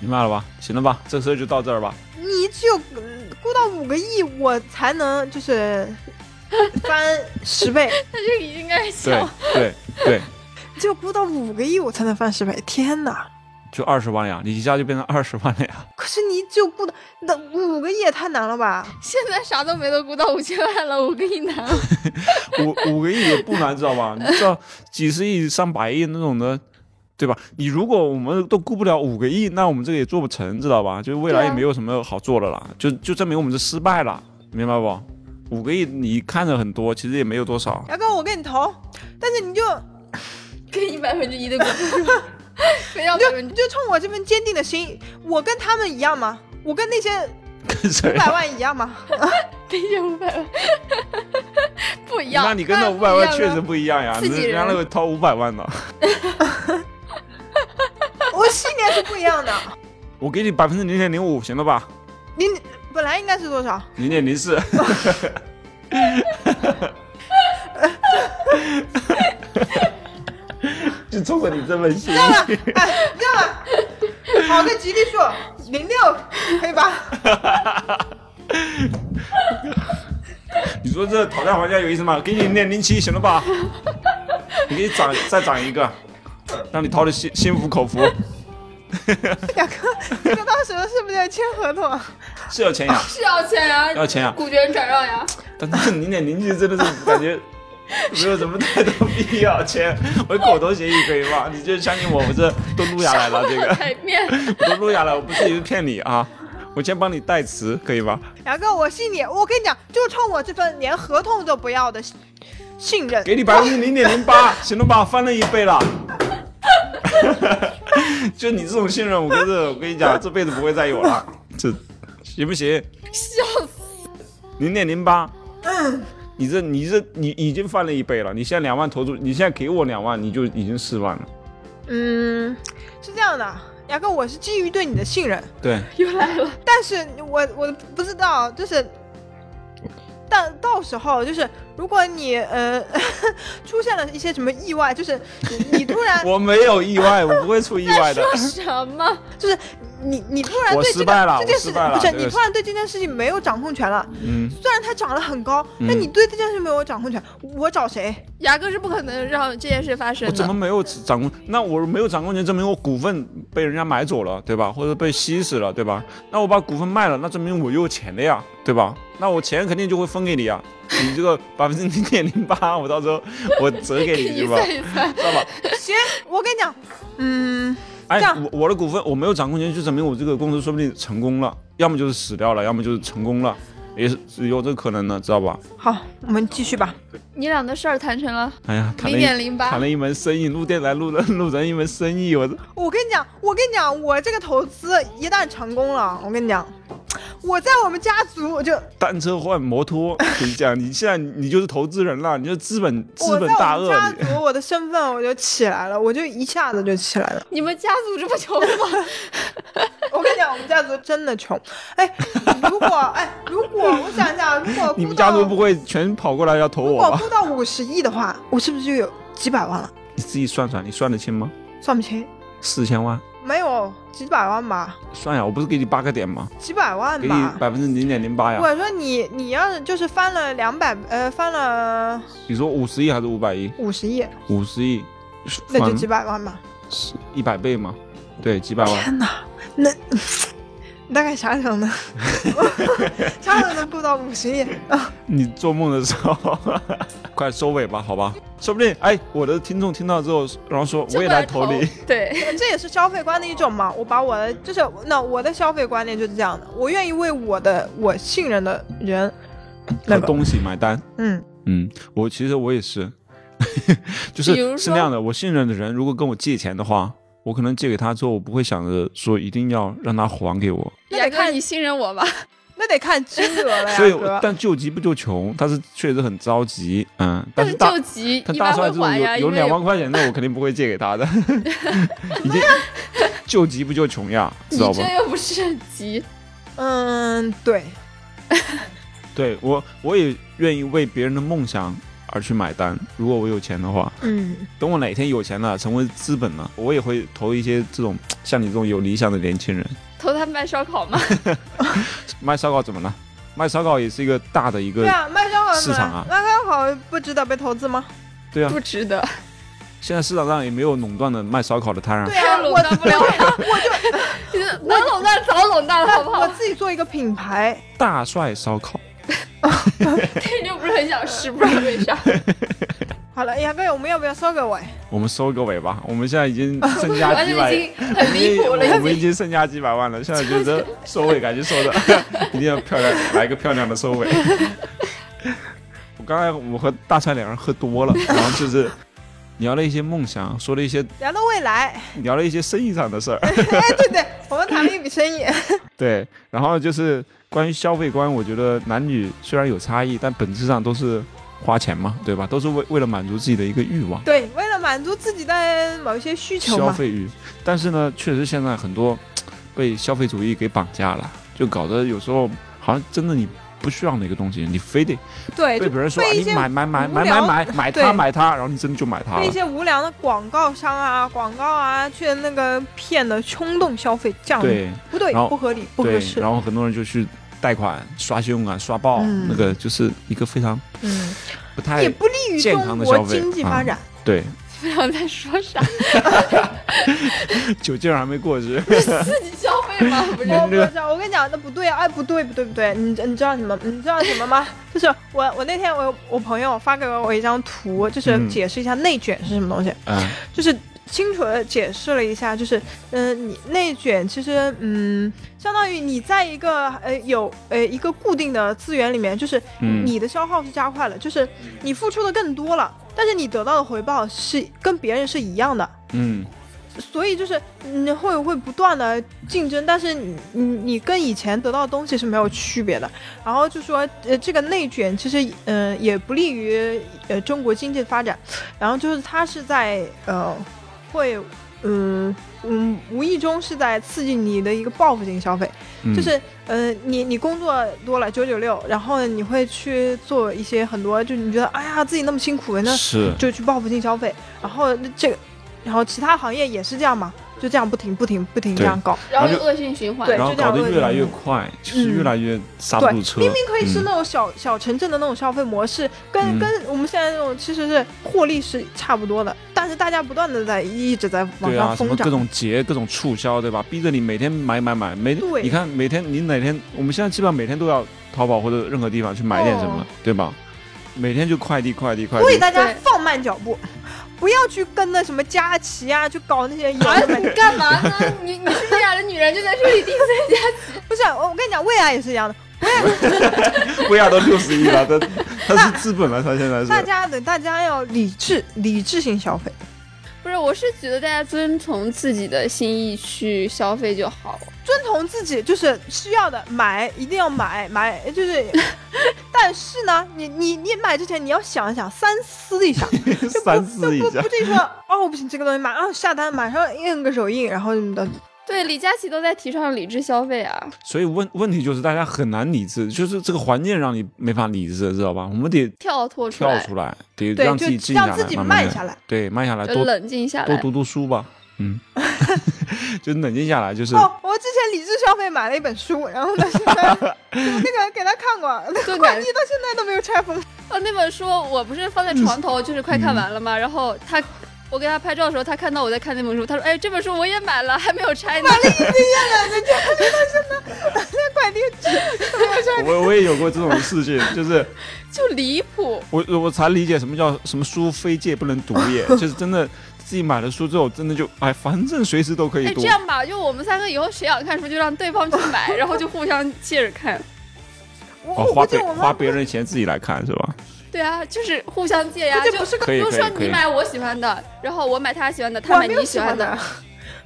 明白了吧？行了吧，这事儿就到这儿吧。你只有嗯估到五个亿，我才能就是翻十倍，他这个应该对小，对对，只有估到五个亿，我才能翻十倍。天哪！就二十万呀，你一下就变成二十万了呀。可是你只有估到那五个亿也太难了吧？现在啥都没得估到五千万了，五个亿 难了。五五个亿也不难，知道吧？你知道几十亿、上百亿那种的，对吧？你如果我们都顾不了五个亿，那我们这个也做不成，知道吧？就未来对啊也没有什么好做的啦，就就证明我们是失败了，明白不？五个亿你看着很多，其实也没有多少。牙哥，我给你投，但是你就给你百分之一 的股份，非要你百就分你之就冲我这份坚定的心，我跟他们一样吗？我跟那些跟谁五？百万一样吗？得有五百万，不一样。那你跟那当五然百万不一确样实了不一样呀，刺激人家人那个掏五百万的。我信念是不一样的。我给你百分之零点零五，行了吧？你本来应该是多少？零点零四， 就冲着你这份心，哎，这样吧，好个吉利数，零六可以吧？你说这讨价还价有意思吗？给你点零七行了吧？你给你涨再涨一个，让你掏的心心服口服。 两个，这个到时候是不是得签合同啊？ 是要钱呀，是要钱呀、要钱呀，股权转让呀，但是零点零七真的是感觉没有什么太多必要签，我口头协议可以吗？你就相信我，我这都录下来了，这个台哎面。我都录下来，我不至于骗你啊。我先帮你代词，可以吧？杨哥，我信你，我跟你讲，就冲我这份连合同都不要的信信任，给你百分之零点零八，行了吧？翻了一倍了。 就你这种信任，我跟这，我跟你讲，这辈子不会再有了。这行不行？笑死！嗯零点零八，你这你这你已经翻了一倍了。你现在两万投注，你现在给我两万，你就已经四万了。嗯，是这样的，牙哥，我是基于对你的信任，对，又来了，但是我我不知道，就是，但到时候就是，如果你呃 出现了一些什么意外，就是你你突然我没有意外，我不会出意外的。说什么？就是你你突然我对失这败个了这件我事失败了不是这个你突然对这件事情没有掌控权了，嗯，虽然它涨得很高，但嗯你对这件事没有掌控权，我找谁？牙哥是不可能让这件事发生我怎么的。没有掌控？那我没有掌控权，证明我股份被人家买走了，对吧？或者被稀释了，对吧？那我把股份卖了，那证明我又有钱了呀，对吧？那我钱肯定就会分给你啊。你这个百分之零点零八， 我到时候我折给你，一 对吧？算一算，知道吧？行，我跟你讲，嗯，哎这，样我我的股份我没有掌控权，就证明我这个公司说不定成功了，要么就是死掉了，要么就是成功了，也是有这个可能的，知道吧？好，我们继续吧。你俩的事儿谈成了哎呀，谈零了点一零谈八，了一门生意，录电台录了 录成一门生意，我这我跟你讲，我跟你讲，我这个投资一旦成功了，我跟你讲，我在我们家族我就单车换摩托， 跟你讲，你现在你就是投资人了，你就是资本资我本在大我们鳄，家你族我的身份我就起来了，我就一下子就起来 了。你们家族这么穷吗？我跟你讲，我们家族真的穷。哎，如果哎，如果我想一下，如果你们估到家族不会全跑过来要投如我果吧？估到五十亿的话，我是不是就有几百万了？你自己算算，你算得清吗？算不清，四千万，没有几百万吧，算呀，我不是给你八个点吗？几百万给你吧。百分之零点零八呀。我说你，你要是就是翻了两百，呃，翻了你说五十亿还是五百亿？五十亿，五十亿，那就翻几百万吧。一百倍嘛？对，几百 万。天哪，那你大概啥时候 能？啥时候能够到五十亿？啊你做梦的时候， 快收尾吧，好吧？说不定哎，我的听众听到之后，然后说我也来投你。。对，这也是消费观的一种嘛。我把我的就是那我的消费观念就是这样的，我愿意为我的我信任的人，那的 个东西买单。嗯，嗯，我其实我也是， 就比如是说是那样的。我信任的人如果跟我借钱的话，我可能借给他之后，我不会想着说一定要让他还给我。那牙得哥，看你信任我吧？那得看金额了啊 呀，所以我，哥。但救急不救穷，他是确实很着急。嗯，但是大救急他一大般帅会这种还呀，有有因为两万块钱的，我肯定不会借给他 的。已经救急不救穷呀，知你道吧？这又不是很急，嗯，对，对我，我也愿意为别人的梦想而去买单。如果我有钱的话，嗯，等我哪天有钱了，成为资本了，我也会投一些这种像你这种有理想的年轻人。投他卖烧 烤嘛，卖烧烤怎么了？卖烧烤也是一个大的一个对啊，卖烧烤市场啊卖烧烤不值得被投资吗？对啊不，值得。现在市场上也没有垄断的卖烧烤的摊啊对。太 啊，垄我断不了，我就能垄断早垄断了，好不我 好？自己做一个品牌，大帅烧烤，这就不是很想吃，不知道为 啥。好了，哎杨哥，我们要不要收个尾？我们收个尾吧。我们现在已 经剩下完几全百，已经很离谱了，我已们已经。经剩下几百万了。现在觉得收尾感觉收的 一定要漂亮，来一个漂亮的收尾。我刚才我和大帅两人喝多了，然后就是 聊了一些梦想，说了一些聊到未来，聊了一些生意上的事儿。哎，对对，我们谈了一笔 生意，对，然后就是关于消费观，我觉得男女虽然有差异，但本质上都是花钱嘛，对吧？都是为为了满足自己的一个欲望，对，为了满足自己的某一些需求消嘛，费欲。但是呢，确实现在很多被消费主义给绑架了，就搞得有时候好像真的你不需要那个东西，你非得对，被哎就别人说啊被一你些买买买无买买聊 买买它对买它，然后你真的就买它被一了。些无良的广告商啊、广告啊去那个骗的冲动消费，这样对，不对，然后嗯不合理，不合对，适然。后很多人就去贷款、刷信用卡、刷爆，嗯那个就是一个非常嗯，不太也不利于健中康的国消费嗯经济发展。对，不知道在说啥，酒劲儿还没过 去。自己消费吗？不是我不知道，我跟你讲，那不对啊！哎，不对，不对，不对，你你知道什么？你知道什么吗？就是我我那天我我朋友发给我一张图，就是嗯解释一下内卷是什么东西，嗯就是清楚的解释了一下，就是嗯、呃你内卷其实嗯，相当于你在一个呃有呃一个固定的资源里面，就是嗯你的消耗是加快了，就是你付出的更多了，但是你得到的回报是跟别人是一样的。嗯所以就是你会会不断的竞争，但是你你你跟以前得到的东西是没有区别的。然后就说呃，这个内卷其实嗯、呃也不利于呃中国经济的发展。然后就是它是在呃会嗯嗯无意中是在刺激你的一个报复性消费，嗯，就是呃你你工作多了九九六，然后你会去做一些很多就你觉得哎呀自己那么辛苦，那是就去报复性消费，然后这个，然后其他行业也是这样嘛，就这样不停不停不停这样搞，然后就然后恶性循环对。然后就这样搞得恶越来性越快，就是越来越刹不对住车。明明可以是嗯那种小、小城镇的那种消费模式，跟、嗯跟我们现在这种其实是获利是差不多的，但是大家不断的在一直在往对上啊，什疯么涨，各种节、各种促销，对吧？逼着你每天买买买，每对你看每天你哪天，我们现在基本上每天都要淘宝或者任何地方去买点什么，哦对吧？每天就快递、快递、快所以递，大家对放慢脚步，不要去跟那什么佳琦啊，去搞那些有啊，的 没你的。干嘛呢？你你是这样的女人，就在这里定罪家。不是，我我跟你讲，未来也是一样的， 薇娅都六十亿 了，他他是资本了，他现在大是。家等大家要理智理智性消费。不是，我是觉得大家遵从自己的心意去消费就好。遵从自己，就是需要的买，一定要买买，哎就是， 但是呢，你你你买之前你要想一想，三思一下，就不 三思一就不下 不至 于说哦不行，这个东西马上下单，马上印个手印，然后你的对，李佳琦都在提倡理智消费啊。所以问问题就是大家很难理智，就是这个环境让你没法理智，知道吧？我们得跳脱出跳来，出来，得对，让自己就静下让来，自己慢慢慢地下来。对，慢下来，就多冷静下多来。哦读读书吧，嗯， 就冷静下来，就是哦，我之前理智消费买了一本书，然后呢， 现在那个给他看过，那 就个快感递到现在都没有拆封。哦，那本书我不是放在床头，就是快看完了吗？然后他，我给他拍照的时候，他看到我在看那本书，他说：“哎，这本书我也买了，还没有拆呢。快递纸，我我也有过这种事情，就是” 就离谱。我我才理解什么叫什么书非借不能读也，就是真的自己买了书之后，真的就哎，反正随时都可以哎，读这。样吧，就我们三个以后谁想看书，就让对方去买，然后就互相借着看。我哦，我花估计别我花们别人的钱自己来看是吧？对啊，就是互相借呀、估计就不是个，可以比如可说以可你以，买我喜欢的，然后我买他喜欢的，他我买没有你喜欢欢的。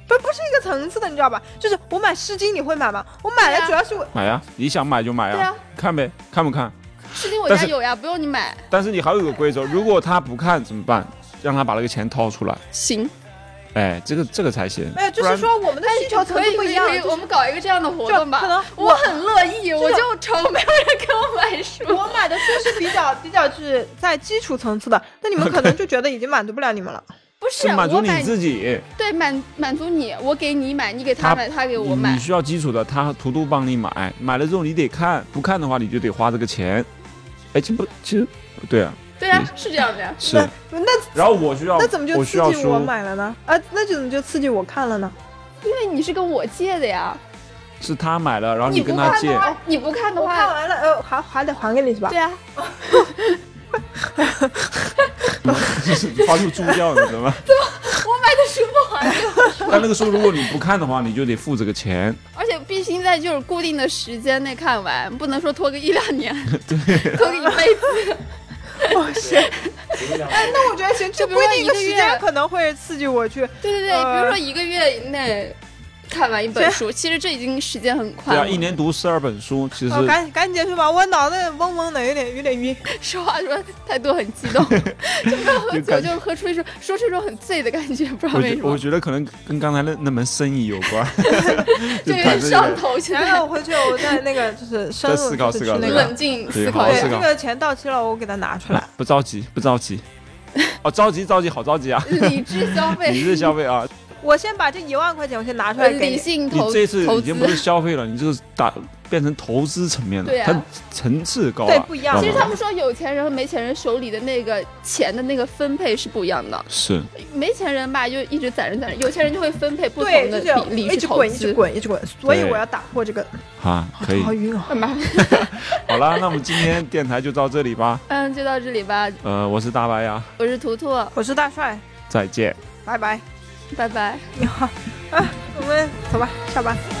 不不是一个层次的，你知道吧？就是我买诗经，你会买吗？我对买了啊主要是我买呀，你想买就买对呀啊，看呗，看不看？事情我但家是有呀，不用你买。但是你还有一个规则，如果他不看怎么办？让他把那个钱掏出来，行，哎，这个这个才行。没有，就不是然说我们的需求层可次以可不一以样可以，，就我们搞一个这样的活动吧。就可能我我很乐意，我这就愁没有人给我买是书。我买的书是 比较比较是在基础层次的，那你们可能就觉得已经满足不了你们了。不是，是满足我你买自己，对满满足你，我给你买，你给他他买，他给你我买你。需要基础的，他图图帮你买，买了之后你得看，不看的话你就得花这个钱。哎，这不其实对啊，对啊，是这样的呀。是。那那然后我需要，那怎么就我刺需要激我书，买了呢？啊，那就怎么就刺激我看了呢？因为你是跟我借的呀，是他买了，然后你你跟不他看借的，话，你不看的我看话，完了，呃，还还得还给你是吧对？啊， 就是发出猪叫，你知 道吗？我买的书不还给我但那个书如果你不看的话，你就得付这个钱。 而且必须在就是固定的时间内看完，不能说拖个一两 年，拖个一辈子。我是。哎，那我觉得行，就比规如说定一个一个时月间可能会刺激我去。对对对，呃比如说一个月以内看完一本书，其实这已经时间很对快啊，了。一年读十二本书，其实哦，赶紧赶紧结束吧，我脑袋嗡嗡的，有点有点晕。说话说太多，很激 动，就刚喝就酒感就喝出一种说出一种很醉的感觉，不知我道为觉什我么，觉得可能跟刚才那那门生意有 关，就就有谈点这上个。头。现然后在我回去我再那个就是深再入思考就是思考去那思个考冷静对思好考好一思对考下，这个钱到期了，我给它拿出哎来。不着急，不着急。哦，着急着急，好着急啊！理智消费。理智消费啊，我先把这一万块钱我先拿出来 呃给理你。性你投这次投已资经不。是消费了，你这是打变成投资层面了对，啊它层次高啊对了，不一样知道其实他吗们说有钱人和没钱人手里的那个钱的那个分配是不一样的，是没钱人吧就一直攒着攒着，有钱人就会分配不对，同的就是比例一去直投滚，一直资。滚，一直滚，所以对我要打破这个。啊，可以好，晕啊！干嘛？好啦，那我们今天电台就到这里吧。嗯，就到这里吧。呃，我是大白牙，我是图图，我是大帅，再见。拜拜。拜拜。你好，啊，我们走吧，下班。 Thank